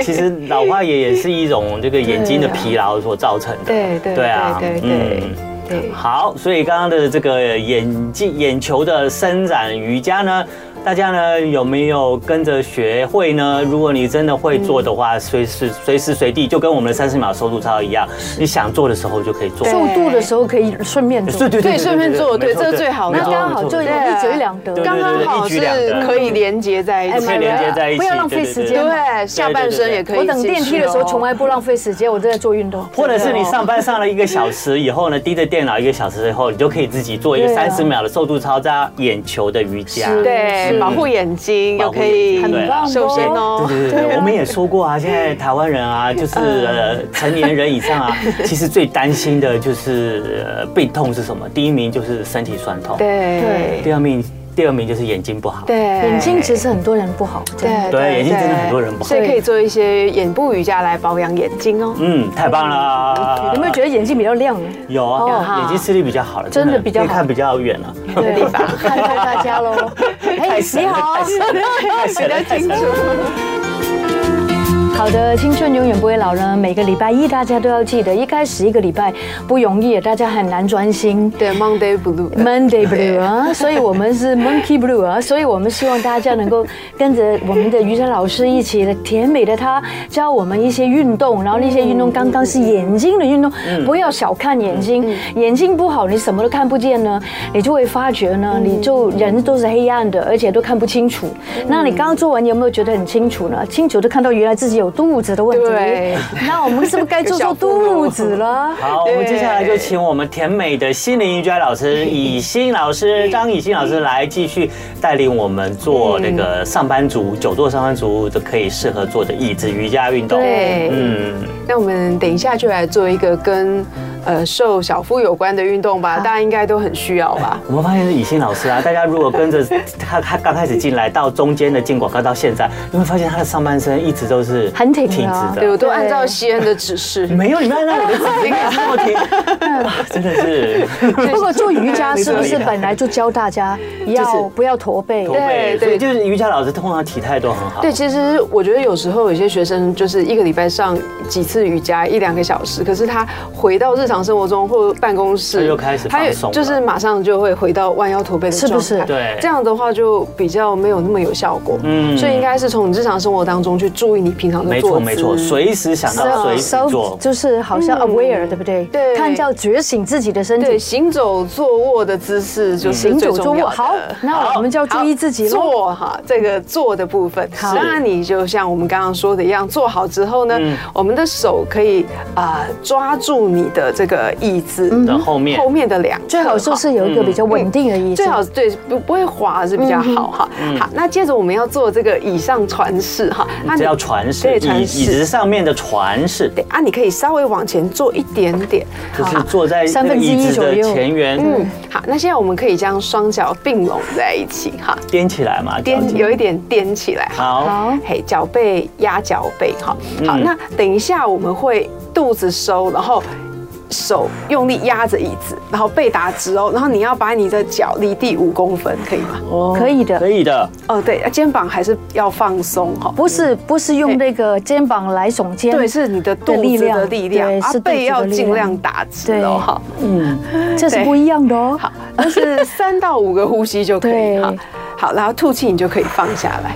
Speaker 3: 其实老花眼也是一种这个眼睛的疲劳所造成的。
Speaker 4: 对对对对对
Speaker 3: 嗯
Speaker 4: 对。
Speaker 3: 好，所以刚刚的这个眼睛眼球的伸展瑜伽呢，大家呢有没有跟着学会呢？如果你真的会做的话，随时随时随地就跟我们的三十秒收度操一样，你想做的时候就可以做。
Speaker 2: 速度的时候可以顺便做
Speaker 3: 对。对
Speaker 4: 对顺便做对这是最好
Speaker 3: 没
Speaker 4: 的
Speaker 2: 那
Speaker 3: 错
Speaker 2: 刚好
Speaker 3: 没错
Speaker 2: 就有
Speaker 3: 没错
Speaker 2: 一举两得，
Speaker 3: 对
Speaker 4: 刚刚好是可以连接在一起
Speaker 3: 可以连接
Speaker 4: 的，
Speaker 3: 在一起，
Speaker 2: 不要浪费时间
Speaker 3: 对对对
Speaker 4: 对，下半身也可以。哦
Speaker 2: 我等电梯的时候从来不浪费时间，我都在做运动。
Speaker 3: 或者是你
Speaker 2: 对哦
Speaker 3: 上班上了一个小时以后呢，盯着电脑一个小时以后，你就可以自己做一个
Speaker 2: 对啊
Speaker 3: 三十秒的瘦度操加眼球的瑜伽。
Speaker 2: 是
Speaker 4: 对
Speaker 2: 是
Speaker 4: 保护眼睛，又
Speaker 3: 保护
Speaker 4: 可以
Speaker 3: 眼睛很
Speaker 2: 棒哦
Speaker 4: 瘦身哦。
Speaker 3: 对对对，我们也说过啊，现在台湾人啊，就是呃成年人以上啊，其实最担心的就是呃背痛是什么？第一名就是身体酸痛，
Speaker 4: 对
Speaker 3: 第二名第二名就是眼睛不好，
Speaker 4: 对，眼
Speaker 2: 眼睛其实很多人不好，真的
Speaker 4: 对
Speaker 3: 对眼睛真的很多人不好
Speaker 4: 所以可以做一些眼部瑜伽来保养眼睛 *laughs* 哦。
Speaker 3: 嗯，太棒了！
Speaker 2: 有没有觉得眼睛比较亮？
Speaker 3: 有啊，
Speaker 4: 哦
Speaker 3: 眼睛视力比较好了，
Speaker 2: 真的比较好
Speaker 3: 可以看比较远了，
Speaker 2: 对，看看大家 *laughs* 喽。哎，你好。
Speaker 4: 比较清楚。
Speaker 2: 好的，青春永远不会老呢。每个礼拜一大家都要记得，一开始一个礼拜不容易，大家很难专心。
Speaker 4: 对，Monday Blue。
Speaker 2: *laughs* Monday Blue 啊，所以我们是 Monkey Blue 啊，所以我们希望大家能够跟着我们的瑜伽老师一起的甜美的她教我们一些运动，然后那些运动刚刚是眼睛的运动，不要小看眼睛，眼睛不好你什么都看不见呢，你就会发觉呢，你就人都是黑暗的，而且都看不清楚。那你刚刚做完，你有没有觉得很清楚呢？清楚的看到原来自己有肚子的问
Speaker 4: 对
Speaker 2: 题。那我们是不是该做做肚子了？
Speaker 3: 好，我们接下来就
Speaker 4: 对
Speaker 3: 请我们甜美的心灵瑜伽老师以欣老师张以欣老师来继续带领我们做那个上班族久坐上班族都可以适合做的椅子瑜伽运动。
Speaker 4: 对
Speaker 3: 嗯，
Speaker 4: 那我们等一下就来做一个跟呃瘦小腹有关的运动吧，大家应该都很需要吧？
Speaker 3: 我们发现是以欣老师啊，大家如果跟着他，他刚开始进来到中间的进广告到现在，你会发现他的上半身一直都是
Speaker 2: 很挺的
Speaker 3: 挺直
Speaker 4: 对，我
Speaker 3: 的。
Speaker 4: 都按照西恩的指示。
Speaker 3: 没有，你们按照我的指令这么挺，哇真的是。
Speaker 2: 不过做瑜伽是不
Speaker 3: 没
Speaker 2: 是
Speaker 3: 错
Speaker 2: 本来就教大家
Speaker 3: 就是
Speaker 2: 要不要驼背？
Speaker 3: 驼背
Speaker 4: 对
Speaker 3: 所以就是瑜伽老师通常体态都很好。
Speaker 4: 对，其实我觉得有时候有些学生就是一个礼拜上几次瑜伽一两个小时，可是他回到日常生活中或办公室，
Speaker 3: 他又开始
Speaker 4: 他
Speaker 3: 放松了
Speaker 4: 就是马上就会回到弯腰驼背的
Speaker 2: 是
Speaker 4: 状态，
Speaker 2: 不是
Speaker 3: 对
Speaker 4: 这样的话就比较没有那么有效果。
Speaker 3: 嗯
Speaker 4: 嗯，所以应该是从你日常生活当中去注意你平常的
Speaker 3: 没
Speaker 4: 坐
Speaker 3: 错
Speaker 4: 姿。
Speaker 3: 没错，
Speaker 2: 嗯
Speaker 3: 随时想到随时
Speaker 2: self
Speaker 3: 做。
Speaker 2: 啊就是好像 aware，对不对？
Speaker 4: 嗯对
Speaker 2: 看到觉醒自己的身
Speaker 4: 对
Speaker 2: 体，
Speaker 4: 行走、坐卧的姿势就是
Speaker 2: 嗯行
Speaker 4: 最
Speaker 2: 走坐
Speaker 4: 重要
Speaker 2: 卧。
Speaker 4: 的。
Speaker 2: 好，那我们就要注意自己喽。
Speaker 4: 坐哈，这个坐的部分，
Speaker 2: 好
Speaker 4: 当然你就像我们刚刚说的一样，坐好之后呢，
Speaker 3: 嗯
Speaker 4: 我们的手可以啊、呃抓住你的这个椅子
Speaker 2: 嗯
Speaker 3: 的后面
Speaker 4: 后面的两侧
Speaker 2: 最好就是有一嗯个比较稳定的椅子
Speaker 4: 最。好对不不会滑是比较好哈。
Speaker 3: 嗯
Speaker 4: 好，那接着我们要做这个以上传式哈，那
Speaker 3: 这
Speaker 4: 你
Speaker 3: 叫船式，
Speaker 4: 对
Speaker 3: 椅
Speaker 4: 船
Speaker 3: 椅
Speaker 4: 式
Speaker 3: 子。上面的船式，
Speaker 4: 对啊，你可以稍微往前坐一点点，
Speaker 3: 就是坐在
Speaker 2: 三
Speaker 3: 那个
Speaker 2: 分之一
Speaker 3: 椅子
Speaker 2: 左
Speaker 3: 的
Speaker 2: 右
Speaker 3: 前缘，
Speaker 4: 嗯，好，那现在我们可以将双脚并拢在一起哈，
Speaker 3: 颠起来嘛，脚
Speaker 4: 颠
Speaker 3: 尖
Speaker 4: 有一点颠起来哈。
Speaker 3: 好，
Speaker 2: 好，
Speaker 4: 嘿，脚背压脚背，好，好，
Speaker 3: 嗯
Speaker 4: 那等一下我们会肚子收，然后手用力压着椅子，然后背打直哦，然后你要把你的脚离地五公分，可以吗？
Speaker 2: 可以的
Speaker 3: 哦可。以的，
Speaker 4: 哦，对，肩膀还是要放松哈。
Speaker 2: 不是不是用那个肩膀来耸肩，
Speaker 4: 对，是你的肚
Speaker 2: 力
Speaker 4: 子的
Speaker 2: 量
Speaker 4: 力量，
Speaker 2: 对是，
Speaker 4: 啊
Speaker 2: 肚子的
Speaker 4: 背要
Speaker 2: 力
Speaker 4: 尽
Speaker 2: 量
Speaker 4: 量打直哦，
Speaker 2: 对
Speaker 4: 哈，
Speaker 2: 这是不一样的哦。
Speaker 4: 好，那是三到五个呼吸就可以
Speaker 2: 对
Speaker 4: 哈。好，然后吐气你就可以放下来。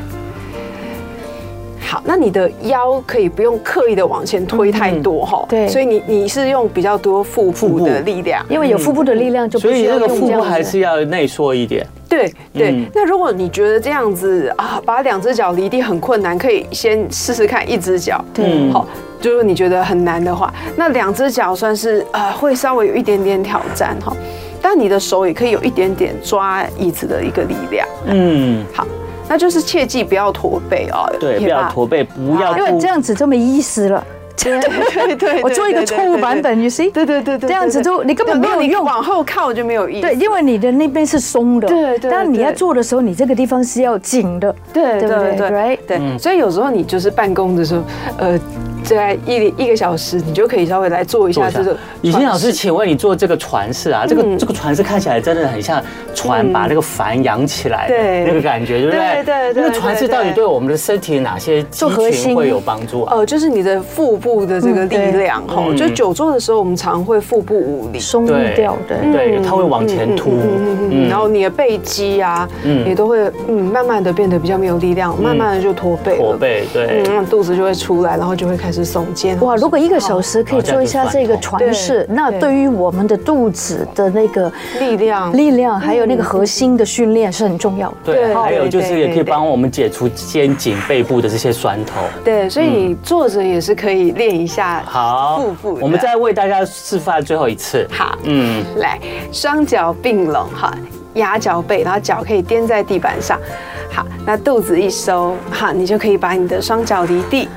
Speaker 4: 好，那你的腰可以不用刻意的往前推太多哈、
Speaker 2: 嗯对
Speaker 4: 所以你你是用比较多腹
Speaker 3: 腹
Speaker 4: 部
Speaker 3: 部
Speaker 4: 的力量，
Speaker 2: 因为有腹部的力量，
Speaker 4: 嗯
Speaker 2: 就不
Speaker 3: 所
Speaker 2: 需
Speaker 3: 以
Speaker 2: 要
Speaker 3: 那个
Speaker 2: 用
Speaker 3: 腹
Speaker 2: 这
Speaker 3: 部
Speaker 2: 样
Speaker 3: 还
Speaker 2: 子
Speaker 3: 是要内缩一点，
Speaker 4: 对对、
Speaker 3: 嗯
Speaker 4: 那如果你觉得这样子啊，把两只脚离地很困难，可以先试试看一只脚，
Speaker 2: 对
Speaker 4: 好，就是你觉得很难的话，那两只脚算是呃会稍微有一点点挑战哈，但你的手也可以有一点点抓椅子的一个力量。
Speaker 3: 嗯，
Speaker 4: 好，那就是切记不要驼背哦，
Speaker 3: 对，
Speaker 4: 也
Speaker 3: 不要
Speaker 4: 把
Speaker 3: 驼。背，不要
Speaker 2: 因为
Speaker 3: 凸
Speaker 2: 这，样子就没意思了。
Speaker 4: *laughs* 对对对，
Speaker 2: 我做一个错误版本，you see？
Speaker 4: 对。对对对对对，对
Speaker 2: 这样子就你根本没有
Speaker 4: 如果你
Speaker 2: 用
Speaker 4: 往后靠就没有意思。
Speaker 2: 对，因为你的那边是松的，
Speaker 4: 对对
Speaker 2: 但你要
Speaker 4: 对
Speaker 2: 做的时候，你这个地方是要紧的，
Speaker 4: 对
Speaker 2: 对不对？
Speaker 4: 对
Speaker 2: right？
Speaker 4: 对，所以有时候你就是办公的时候，呃，在一一个小时，你就可以稍微来做一
Speaker 3: 坐
Speaker 4: 下
Speaker 3: 一下
Speaker 4: 这个。
Speaker 3: 雨欣老师，请问你做这个船式啊，这个
Speaker 4: 嗯
Speaker 3: 这个船式看起来真的很像船把那个帆扬起来的
Speaker 4: 对
Speaker 3: 那个感觉，对不对？
Speaker 4: 对对对
Speaker 3: 那个船式到底对我们的身体哪些肌
Speaker 2: 做核
Speaker 3: 群
Speaker 2: 心
Speaker 3: 会有帮助啊？
Speaker 4: 呃，就是你的腹部的这个
Speaker 2: 嗯
Speaker 4: 力
Speaker 2: 对
Speaker 4: 量哈、
Speaker 3: 嗯
Speaker 4: 就久坐的时候，我们常会腹部无力，
Speaker 2: 松
Speaker 3: 对
Speaker 2: 掉的。
Speaker 3: 对，它会往前凸。
Speaker 4: 嗯，然后你的背肌啊，
Speaker 3: 嗯
Speaker 4: 也都会嗯慢慢的变得比较没有力量，慢慢的就驼背了，
Speaker 3: 驼背，对，
Speaker 4: 嗯，肚子就会出来，然后就会开始耸肩。
Speaker 2: 哇，如果一个小时可以
Speaker 3: 哦这样
Speaker 2: 做一下
Speaker 3: 就
Speaker 2: 这个
Speaker 3: 算痛
Speaker 2: 船式，
Speaker 4: 对
Speaker 2: 那
Speaker 4: 对
Speaker 2: 对于我们的肚子的那个
Speaker 4: 力量嗯
Speaker 2: 力量，还有那个核心的训练是很重要的。
Speaker 3: 对，
Speaker 4: 对
Speaker 3: 还有就是
Speaker 4: 对
Speaker 3: 也可以
Speaker 4: 对
Speaker 3: 帮我们解除肩颈背部的这些酸痛。
Speaker 4: 对，所以你坐着也是可以练一下。
Speaker 3: 好
Speaker 4: 腹部，的
Speaker 3: 我们再为大家示范最后一次。
Speaker 4: 好，
Speaker 3: 嗯，
Speaker 4: 来，双脚并拢哈，压脚背，然后脚可以踮在地板上。好，那肚子一收，哈，你就可以把你的双脚离地，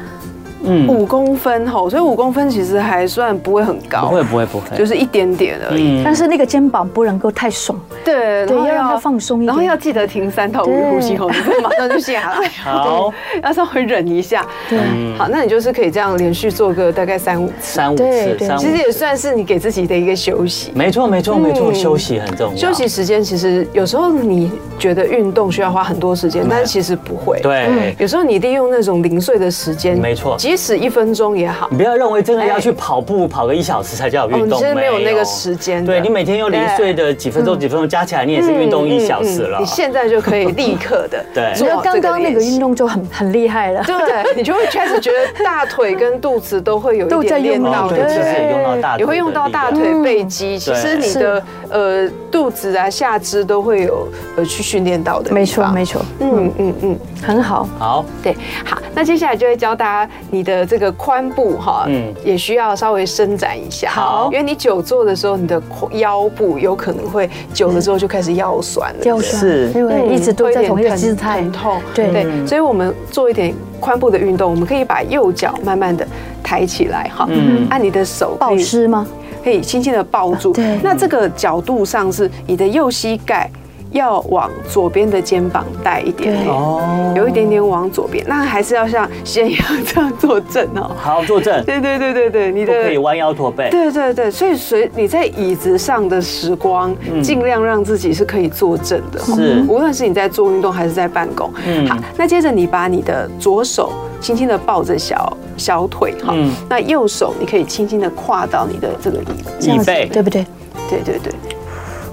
Speaker 3: 嗯
Speaker 4: 嗯，五公分吼，所以五公分其实还算不会很
Speaker 3: 不
Speaker 4: 高，
Speaker 3: 会，不会，不会，
Speaker 4: 就是一点点而
Speaker 3: 嗯
Speaker 4: 已。
Speaker 2: 但是那个肩膀不能够太耸，
Speaker 4: 对，
Speaker 2: 对
Speaker 4: 然后
Speaker 2: 要让它放松一点
Speaker 4: 然后要记得停三到五
Speaker 2: 对
Speaker 4: 呼吸后，你不能马上就下
Speaker 3: *laughs*
Speaker 4: 来，
Speaker 3: 好，嗯
Speaker 4: 要稍微忍一下。
Speaker 2: 对，
Speaker 4: 好，那你就是可以这样连续做个大概三五次，
Speaker 3: 三五
Speaker 2: 对
Speaker 3: 次，
Speaker 2: 对
Speaker 3: 三五
Speaker 4: 其实
Speaker 3: 次，
Speaker 4: 也算是你给自己的一个休息。
Speaker 3: 没错，没错，没错，
Speaker 4: 嗯
Speaker 3: 休息很重要。
Speaker 4: 休息时间其实有时候你觉得运动需要花很多时间，但是其实不会。，
Speaker 3: 对，
Speaker 4: 有时候你利用那种零碎的时间，
Speaker 3: 没错
Speaker 4: 即使一分钟也好
Speaker 3: 你。不要认为真的要
Speaker 4: 哎
Speaker 3: 去跑步跑个一小时才叫
Speaker 4: 哦
Speaker 3: 运
Speaker 4: 你
Speaker 3: 动，
Speaker 4: 是没有那个时间的
Speaker 3: 对你每天用零碎的几分钟、几分钟加起来，你也是运动一小时
Speaker 4: 嗯嗯
Speaker 3: 了
Speaker 4: 你。现在就可以立刻的
Speaker 3: *laughs* 对
Speaker 2: 只
Speaker 4: 做
Speaker 2: 要
Speaker 4: 好
Speaker 2: 刚
Speaker 4: 这个
Speaker 2: 刚那
Speaker 4: 练
Speaker 2: 个
Speaker 4: 习
Speaker 2: 运。动就很很厉害了。
Speaker 4: 对，你就会开始觉得大腿跟肚子都会有
Speaker 2: 都
Speaker 4: 一
Speaker 2: 在
Speaker 4: 点
Speaker 2: 用
Speaker 4: 练
Speaker 2: 力
Speaker 4: 到，
Speaker 3: 对，
Speaker 2: 对
Speaker 3: 其实也用到大腿，
Speaker 4: 也会用到大。腿、背肌，其实你的呃肚子啊、下肢都会有呃去训练到的。
Speaker 2: 没错，没，错，
Speaker 4: 嗯嗯嗯，
Speaker 2: 很好。
Speaker 3: 好，
Speaker 4: 对。好，那接下来就会教大家你的这个髋部哈，
Speaker 3: 嗯
Speaker 4: 嗯，也需要稍微伸展一下。
Speaker 3: 好
Speaker 4: 因为你久坐的时候，你的髋腰部有可能会久了之后就开始腰酸了。
Speaker 2: 腰酸，
Speaker 3: 是
Speaker 2: 因为
Speaker 4: 嗯
Speaker 2: 一直都在同一个姿态
Speaker 4: 很，痛，
Speaker 2: 对
Speaker 4: 对，所以我们做一点髋部的运动，我们可以把右脚慢慢的抬起来哈，
Speaker 3: 嗯
Speaker 4: 按你的手可
Speaker 2: 保
Speaker 4: 以
Speaker 2: 湿吗？
Speaker 4: 可以轻轻的抱住。
Speaker 2: 对
Speaker 4: 那这个角度上是你的右膝盖要往左边的肩膀带一点点
Speaker 2: 对，
Speaker 3: 哦，
Speaker 4: 有一点点往左边，那还是要像先要这样坐正哦。
Speaker 3: 好坐正，
Speaker 4: 对对对对对，你
Speaker 3: 不
Speaker 4: 的
Speaker 3: 可以弯腰驼背。
Speaker 4: 对对对，所以随你在椅子上的时光，尽量让自己是可以坐正的，
Speaker 3: 嗯是
Speaker 4: 无论是你在做运动还是在办公。
Speaker 3: 嗯
Speaker 4: 好，那接着你把你的左手轻轻的抱着小小腿哈
Speaker 3: 嗯，
Speaker 4: 那右手你可以轻轻的跨到你的这个椅
Speaker 2: 这样
Speaker 3: 椅
Speaker 2: 子
Speaker 3: 背，
Speaker 2: 对不对？
Speaker 4: 对对对，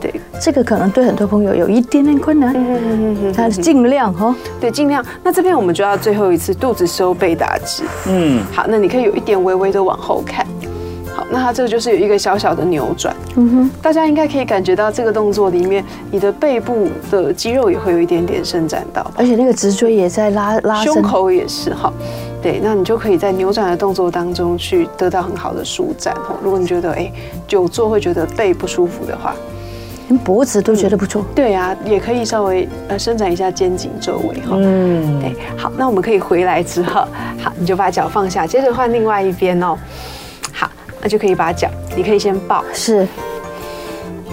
Speaker 4: 对，
Speaker 2: 这个可能对很多朋友有一点点困难，
Speaker 3: 嗯
Speaker 2: 但是尽量哈。
Speaker 4: 对，尽量。哦那这边我们就要最后一次肚子收背打直。
Speaker 3: 嗯，
Speaker 4: 好，那你可以有一点微微的往后看。好，那它这个就是有一个小小的扭转。嗯哼，大家应该可以感觉到这个动作里面，你的背部的肌肉也会有一点点伸展到，
Speaker 2: 而且那个直椎也在拉拉伸
Speaker 4: 胸，口也是哈。对，那你就可以在扭转的动作当中去得到很好的舒展哦。如果你觉得哎久坐会觉得背不舒服的话，
Speaker 2: 连脖子都觉得不错。
Speaker 4: 对啊，也可以稍微呃伸展一下肩颈周围哈。
Speaker 3: 嗯，
Speaker 4: 对，好，那我们可以回来之后，好，你就把脚放下，接着换另外一边哦。好，那就可以把脚，你可以先抱，
Speaker 2: 是，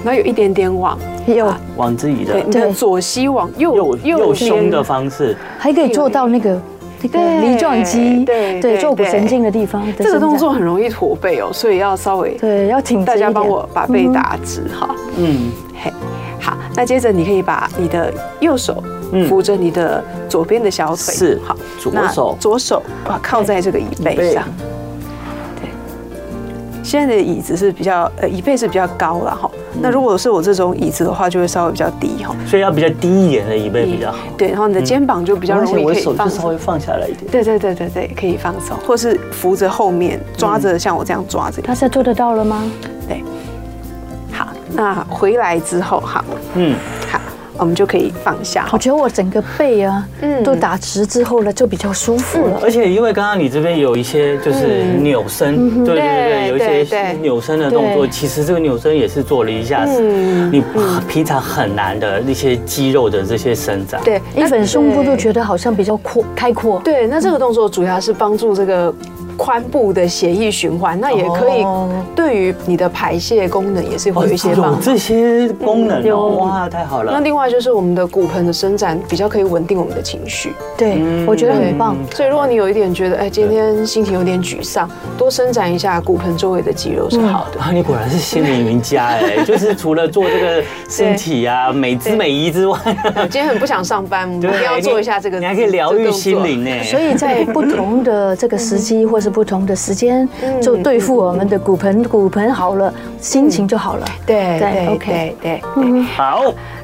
Speaker 4: 然后有一点点往，
Speaker 2: 有
Speaker 4: 啊
Speaker 3: 往自己
Speaker 4: 对，
Speaker 3: 的
Speaker 4: 你的
Speaker 2: 对
Speaker 4: 左膝往右
Speaker 3: 右右胸
Speaker 4: 边
Speaker 3: 的方式，
Speaker 2: 还可以做到那个那个
Speaker 4: 对
Speaker 2: 梨状肌，
Speaker 4: 对
Speaker 2: 对，
Speaker 4: 对
Speaker 2: 坐骨神经的地方的
Speaker 4: 这个
Speaker 2: 伸展
Speaker 4: 动作很容易驼背哦，所以要稍微
Speaker 2: 对要挺直一点
Speaker 4: 大家帮我把背打直哈。
Speaker 3: 嗯，
Speaker 4: 嘿，好，那接着你可以把你的右手
Speaker 3: 嗯
Speaker 4: 扶着你的左边的小腿，
Speaker 3: 是
Speaker 4: 好，
Speaker 3: 左
Speaker 4: 那
Speaker 3: 手
Speaker 4: 左手啊靠在这个椅背上。对，现在的椅子是比较呃椅背是比较高了哈，
Speaker 3: 嗯
Speaker 4: 那如果是我这种椅子的话，就会稍微比较低哈。
Speaker 3: 所以要比较低一点的椅背比较好。嗯
Speaker 4: 对，然后你的肩膀就比较
Speaker 3: 而且
Speaker 4: 容易
Speaker 3: 我
Speaker 4: 可以
Speaker 3: 手就
Speaker 4: 放
Speaker 3: 稍微嗯
Speaker 4: 松。
Speaker 3: 放下来一点。
Speaker 4: 对对对对对，可以放松，或是扶着后面抓着，像我这样抓着。
Speaker 2: 大家做得到了吗？
Speaker 4: 对，好，那回来之后，好，
Speaker 3: 嗯，
Speaker 4: 好，我们就可以放下哈
Speaker 2: 我。觉得我整个背啊，
Speaker 4: 嗯
Speaker 2: 都打直之后呢，就比较舒服了。
Speaker 3: 而且因为刚刚你这边有一些就是扭身，对对对，
Speaker 4: 嗯对
Speaker 3: 有一些
Speaker 4: 对
Speaker 3: 扭身的动作，
Speaker 2: 对
Speaker 3: 其实这个扭身也是做了一下子，
Speaker 4: 嗯
Speaker 3: 你平常很难的那些肌肉的这些伸展。，
Speaker 4: 对，
Speaker 2: 一
Speaker 4: 那
Speaker 2: 本胸部
Speaker 4: 对
Speaker 2: 都觉得好像比较阔开阔，
Speaker 4: 对，那这个动作主要是帮助这个髋部的血液循环，那也可以
Speaker 3: 哦
Speaker 4: 对于你的排泄功能也是会有一些帮
Speaker 3: 有
Speaker 4: 助。
Speaker 3: 哦
Speaker 4: 嗯
Speaker 3: 这些功能
Speaker 2: 有
Speaker 3: 哦，哇，太好
Speaker 4: 那
Speaker 3: 了。
Speaker 4: 另外就是我们的骨盆的伸展比较可以稳定我们的情绪，
Speaker 2: 对，
Speaker 4: 嗯
Speaker 2: 我觉得很棒。
Speaker 4: 所以如果你有一点觉得哎今天心情有点沮丧，多伸展一下骨盆周围的肌肉是好的。
Speaker 3: 啊，你果然是心灵云家
Speaker 4: *laughs*
Speaker 3: 哎，就是除了做这个身体啊美姿美仪之外， *laughs*
Speaker 4: 我今天很不想上班，我们一定要做一下这个，
Speaker 3: 你还可以疗
Speaker 4: 这
Speaker 3: 愈
Speaker 4: 个动作
Speaker 3: 心。灵呢。哎
Speaker 2: 所以在不同的这个时机或是不同的时间，
Speaker 4: 嗯
Speaker 2: 就对付我们的骨盆，骨盆好了，心情就好了。
Speaker 4: 嗯
Speaker 2: 对
Speaker 4: 对对
Speaker 2: OK 嗯
Speaker 4: 对对，
Speaker 3: 好，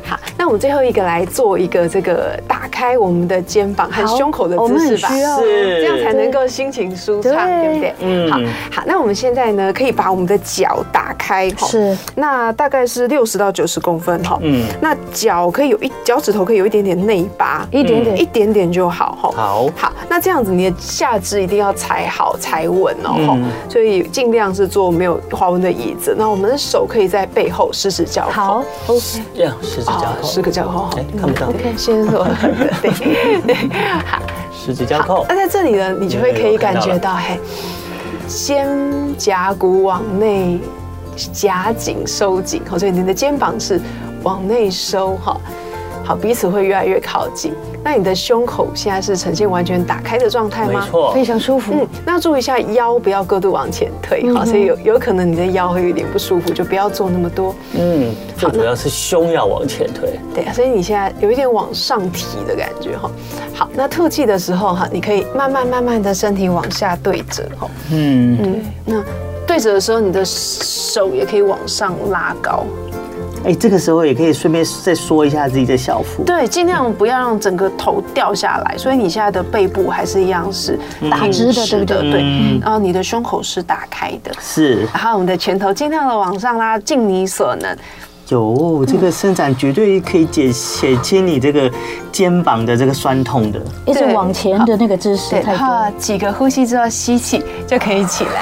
Speaker 4: 好，那我们最后一个来做一个这个打开我们的肩膀和
Speaker 2: 好
Speaker 4: 胸口的
Speaker 2: 我们
Speaker 4: 姿势
Speaker 2: 很
Speaker 4: 吧，
Speaker 2: 需要
Speaker 3: 是
Speaker 4: 这样才能够心情舒畅，
Speaker 2: 对
Speaker 4: 对不对？
Speaker 3: 嗯
Speaker 4: 好，好，那我们现在呢，可以把我们的脚打开，吼
Speaker 2: 是，
Speaker 4: 那大概是六十到九十公分，哈，
Speaker 3: 嗯
Speaker 4: 嗯，那脚可以有一脚趾头可以有一点点内八，
Speaker 2: 一点点。
Speaker 4: 一点点就好，哈，
Speaker 3: 好
Speaker 4: 好，那这样子你的下肢一定要踩好踩稳哦，吼
Speaker 3: 嗯
Speaker 4: 所以尽量是坐没有花纹的椅子，那我们的手可以在背后十指交扣，
Speaker 2: 好，OK，
Speaker 3: 这样十指交
Speaker 4: 哦，
Speaker 3: 扣，
Speaker 4: 十个交扣，
Speaker 3: 哎看不到
Speaker 4: 对先
Speaker 3: *laughs*
Speaker 4: 说，对对，好。
Speaker 3: 十指交扣
Speaker 4: 啊那，在这里呢，你就会可以感觉到，嘿，肩胛骨往内夹紧收紧，好，所以你的肩膀是往内收，哈，好，彼此会越来越靠近。那你的胸口现在是呈现完全打开的状态
Speaker 3: 没
Speaker 4: 吗？
Speaker 3: 错
Speaker 2: 非，常舒服。
Speaker 4: 嗯，那注意一下腰不要过度往前推，好，
Speaker 3: 嗯
Speaker 4: 所以有有可能你的腰会有点不舒服，就不要做那么多。
Speaker 3: 嗯，最主要是胸要往前推，
Speaker 4: 对啊，所以你现在有一点往上提的感觉哈。好，那吐气的时候哈，你可以慢慢慢慢的身体往下对折哈。
Speaker 3: 嗯，
Speaker 4: 嗯，那对折的时候，你的手也可以往上拉高。
Speaker 3: 哎，这个时候也可以顺便再说一下自己的小腹，
Speaker 4: 对，尽量不要让整个头掉下来。所以你现在的背部还是一样是打
Speaker 2: 直的对不
Speaker 4: 对
Speaker 3: 嗯？
Speaker 4: 然后你的胸口是打开的。
Speaker 3: 是，
Speaker 4: 然后我们的拳头尽量的往上拉，尽你所能。
Speaker 3: 有哦这个伸展绝对可以减减轻你这个肩膀的这个酸痛的，
Speaker 2: 一直往前的那个姿势
Speaker 4: 对，
Speaker 2: 太
Speaker 4: 然
Speaker 2: 多
Speaker 4: 后
Speaker 2: 了。
Speaker 4: 几个呼吸之后吸气就可以起来。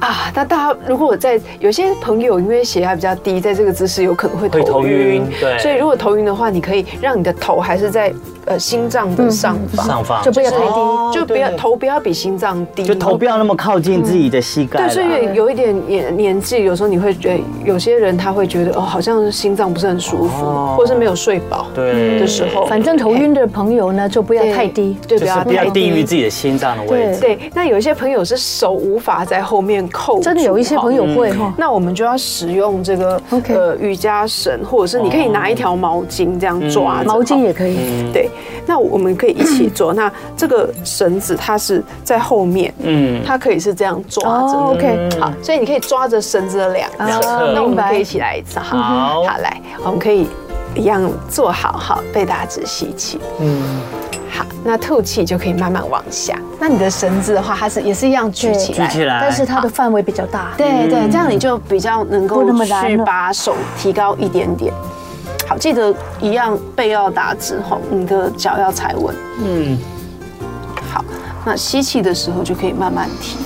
Speaker 4: 啊，那大家如果在有些朋友因为血压比较低，在这个姿势有可能会头
Speaker 3: 会
Speaker 4: 晕，
Speaker 3: 头晕对
Speaker 4: 所以如果头晕的话，你可以让你的头还是在呃心脏的上
Speaker 3: 嗯
Speaker 4: 方，
Speaker 3: 上方
Speaker 2: 就不要太低
Speaker 3: 哦
Speaker 4: 就不要
Speaker 3: 对
Speaker 4: 头不要比心脏低，
Speaker 3: 就头不要那么靠近自己的膝盖
Speaker 4: 嗯对，
Speaker 3: 啦，
Speaker 4: 所以有一点年年纪，有时候你会觉得有些人他会觉得哦，好像心脏不是很舒服，
Speaker 3: 哦
Speaker 4: 或是没有睡饱，
Speaker 3: 对
Speaker 4: 的时候
Speaker 2: 反正头晕的朋友呢，就不要
Speaker 4: 对
Speaker 2: 太低。
Speaker 4: 对，
Speaker 3: 就
Speaker 4: 不
Speaker 3: 是
Speaker 4: 要
Speaker 3: 不要
Speaker 4: 太
Speaker 3: 低于自己的心脏的位置，
Speaker 4: 对，那有一些朋友是手无法在后面扣住，
Speaker 2: 真的有一些朋友
Speaker 4: 哈。嗯
Speaker 2: 会哈，
Speaker 4: 那我们就要使用这个
Speaker 2: OK
Speaker 4: 呃瑜伽绳，或者是你可以拿一条毛巾这样抓着
Speaker 2: 毛巾也可以。
Speaker 4: 对。那我们可以一起做。那这个绳子它是在后面，
Speaker 3: 嗯，
Speaker 4: 它可以是这样抓着的。嗯
Speaker 2: 哦，OK，
Speaker 4: 好，所以你可以抓着绳子的两
Speaker 2: 两
Speaker 4: 侧
Speaker 3: 侧，
Speaker 4: 那我
Speaker 2: 明
Speaker 4: 们
Speaker 2: 白
Speaker 4: 可以一起来一次哈。
Speaker 3: 好
Speaker 4: 好来，我们可以一样做好，好被打指吸气，
Speaker 3: 嗯，
Speaker 4: 好，那吐气就可以慢慢往下。那你的绳子的话，它是也是一样嗯举起
Speaker 3: 举
Speaker 4: 来。
Speaker 3: 起来，
Speaker 2: 但是它的范围比较大。
Speaker 4: 对对，这样你就比较能够
Speaker 2: 不那么难
Speaker 4: 去
Speaker 2: 了
Speaker 4: 把手提高一点点。好，记得一样背要打直吼，你的脚要踩稳。
Speaker 3: 嗯，
Speaker 4: 好，那吸气的时候就可以慢慢提。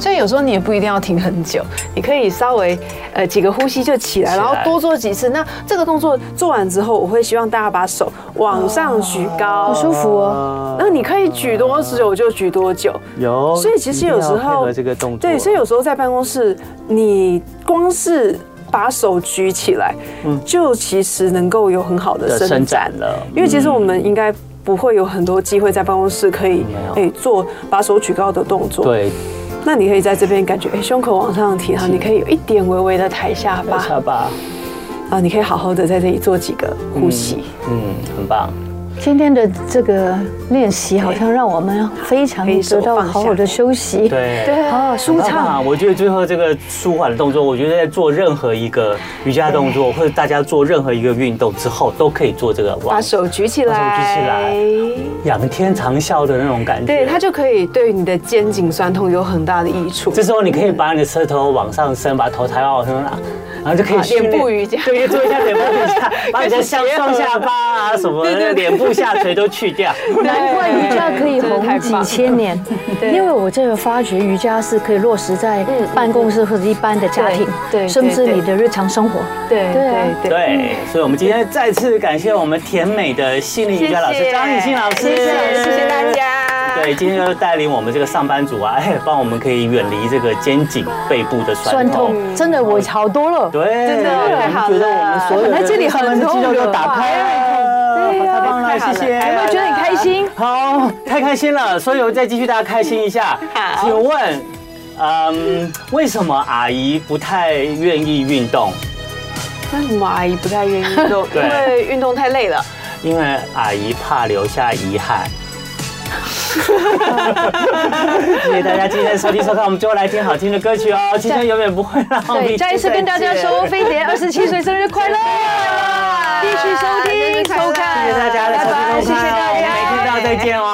Speaker 4: 所以有时候你也不一定要停很久，你可以稍微呃几个呼吸就起来，
Speaker 3: 起来
Speaker 4: 然后多做几次。那这个动作做完之后，我会希望大家把手往上举高，
Speaker 2: 哦好舒服哦。
Speaker 3: 啊
Speaker 4: 那你可以举多久就举多久。
Speaker 3: 有，
Speaker 4: 所以其实
Speaker 3: 一定
Speaker 4: 有
Speaker 3: 要
Speaker 4: 时
Speaker 3: 配合
Speaker 4: 候
Speaker 3: 这个动作，
Speaker 4: 对，所以有时候在办公室，你光是把手举起来，就其实能够有很好的
Speaker 3: 的嗯
Speaker 4: 伸
Speaker 3: 伸
Speaker 4: 展
Speaker 3: 展
Speaker 4: 了。
Speaker 3: 了，
Speaker 4: 因为其实我们应该不会有很多机会在办公室可以
Speaker 3: 嗯没有
Speaker 4: 哎做把手举高的动作。，
Speaker 3: 对，
Speaker 4: 那你可以在这边感觉哎胸口往上提，然后你可以有一点微微的抬下巴，
Speaker 3: 下巴，
Speaker 4: 啊，你可以好好的在这里做几个呼吸。
Speaker 3: 嗯，很棒，
Speaker 2: 今天的这个练习好像让我们非常
Speaker 4: 可以手
Speaker 2: 得到
Speaker 4: 放下
Speaker 2: 好好的休息，
Speaker 3: 对
Speaker 4: 对
Speaker 2: 啊，舒
Speaker 3: 很棒啊
Speaker 2: 畅。
Speaker 3: 我觉得最后这个舒缓的动作，我觉得在做任何一个瑜伽动作，或者大家做任何一个运动之后，都可以做这个
Speaker 4: 把
Speaker 3: 往
Speaker 4: 手举起
Speaker 3: 把手举起
Speaker 4: 来
Speaker 3: 来，仰天长啸的那种感觉。
Speaker 4: 对，它就可以对你的肩颈酸痛有很大的益处。
Speaker 3: 这时候你可以把你的舌头往上伸，把头抬到往上拉，然后就可以
Speaker 4: 啊
Speaker 3: 训练
Speaker 4: 脸部瑜伽
Speaker 3: 对，做一下脸部瑜伽，把你的
Speaker 4: *laughs*
Speaker 3: 下
Speaker 4: 开始结合
Speaker 3: 双下巴啊什么
Speaker 4: 对对对
Speaker 3: 脸部下垂都去
Speaker 4: *laughs*
Speaker 3: 掉。
Speaker 2: 难怪瑜伽可以
Speaker 4: 真的
Speaker 2: 红
Speaker 4: 太
Speaker 2: 几
Speaker 4: 棒
Speaker 2: 千年，因为我这个发觉瑜伽是可以落实在办公室或者一般的家庭，
Speaker 4: 对对
Speaker 2: 甚至
Speaker 4: 对
Speaker 2: 你的日常生活。
Speaker 4: 对
Speaker 2: 对啊
Speaker 4: *laughs* 对对。
Speaker 3: 对，所以我们今天再次感谢我们甜美的心理瑜伽老师
Speaker 4: 谢谢
Speaker 3: 张艺兴老师，
Speaker 4: 谢谢谢谢大。家。
Speaker 3: 对，对，今天就是带领我们这个上班族啊，哎，帮我们可以远离这个肩颈、背部的酸
Speaker 2: 酸
Speaker 3: 痛。
Speaker 2: 痛，真的我好多了。
Speaker 3: 对，
Speaker 4: 真的
Speaker 3: 我
Speaker 4: 太
Speaker 3: 们
Speaker 4: 好
Speaker 3: 觉得我们所有的
Speaker 2: 了本来这里很
Speaker 3: 上半身肌肉
Speaker 2: 痛
Speaker 3: 都
Speaker 2: 的
Speaker 3: 打开了，
Speaker 2: 对呀
Speaker 3: 太棒了，
Speaker 4: 太好
Speaker 3: 谢
Speaker 4: 了
Speaker 3: 谢。
Speaker 4: 哎
Speaker 2: 有没有觉得很开心？
Speaker 3: 哦好，太开心了，所以我再继续大家开心一下。
Speaker 4: 好
Speaker 3: 请问，嗯，为什么阿姨不太愿意运动？
Speaker 4: 为什么阿姨不太愿意运动？因
Speaker 3: 对
Speaker 4: 为运动太累了。
Speaker 3: 因为阿姨怕留下遗
Speaker 2: *laughs*
Speaker 3: 憾。谢谢大家今天的收听收看，我们最后来听好听的歌曲哦。今天永远不会让我
Speaker 2: 对，
Speaker 3: 们
Speaker 2: 哦再一次跟大家说，飞碟二十七岁生日快乐！继续收
Speaker 4: 生日
Speaker 2: 听
Speaker 4: 快乐
Speaker 2: 收看，
Speaker 3: 谢谢大家的收
Speaker 2: 拜
Speaker 3: 听
Speaker 2: 拜，
Speaker 3: 收看，
Speaker 2: 谢谢大
Speaker 3: 我们
Speaker 2: 家。
Speaker 3: 每天都要再见哦。
Speaker 2: *laughs*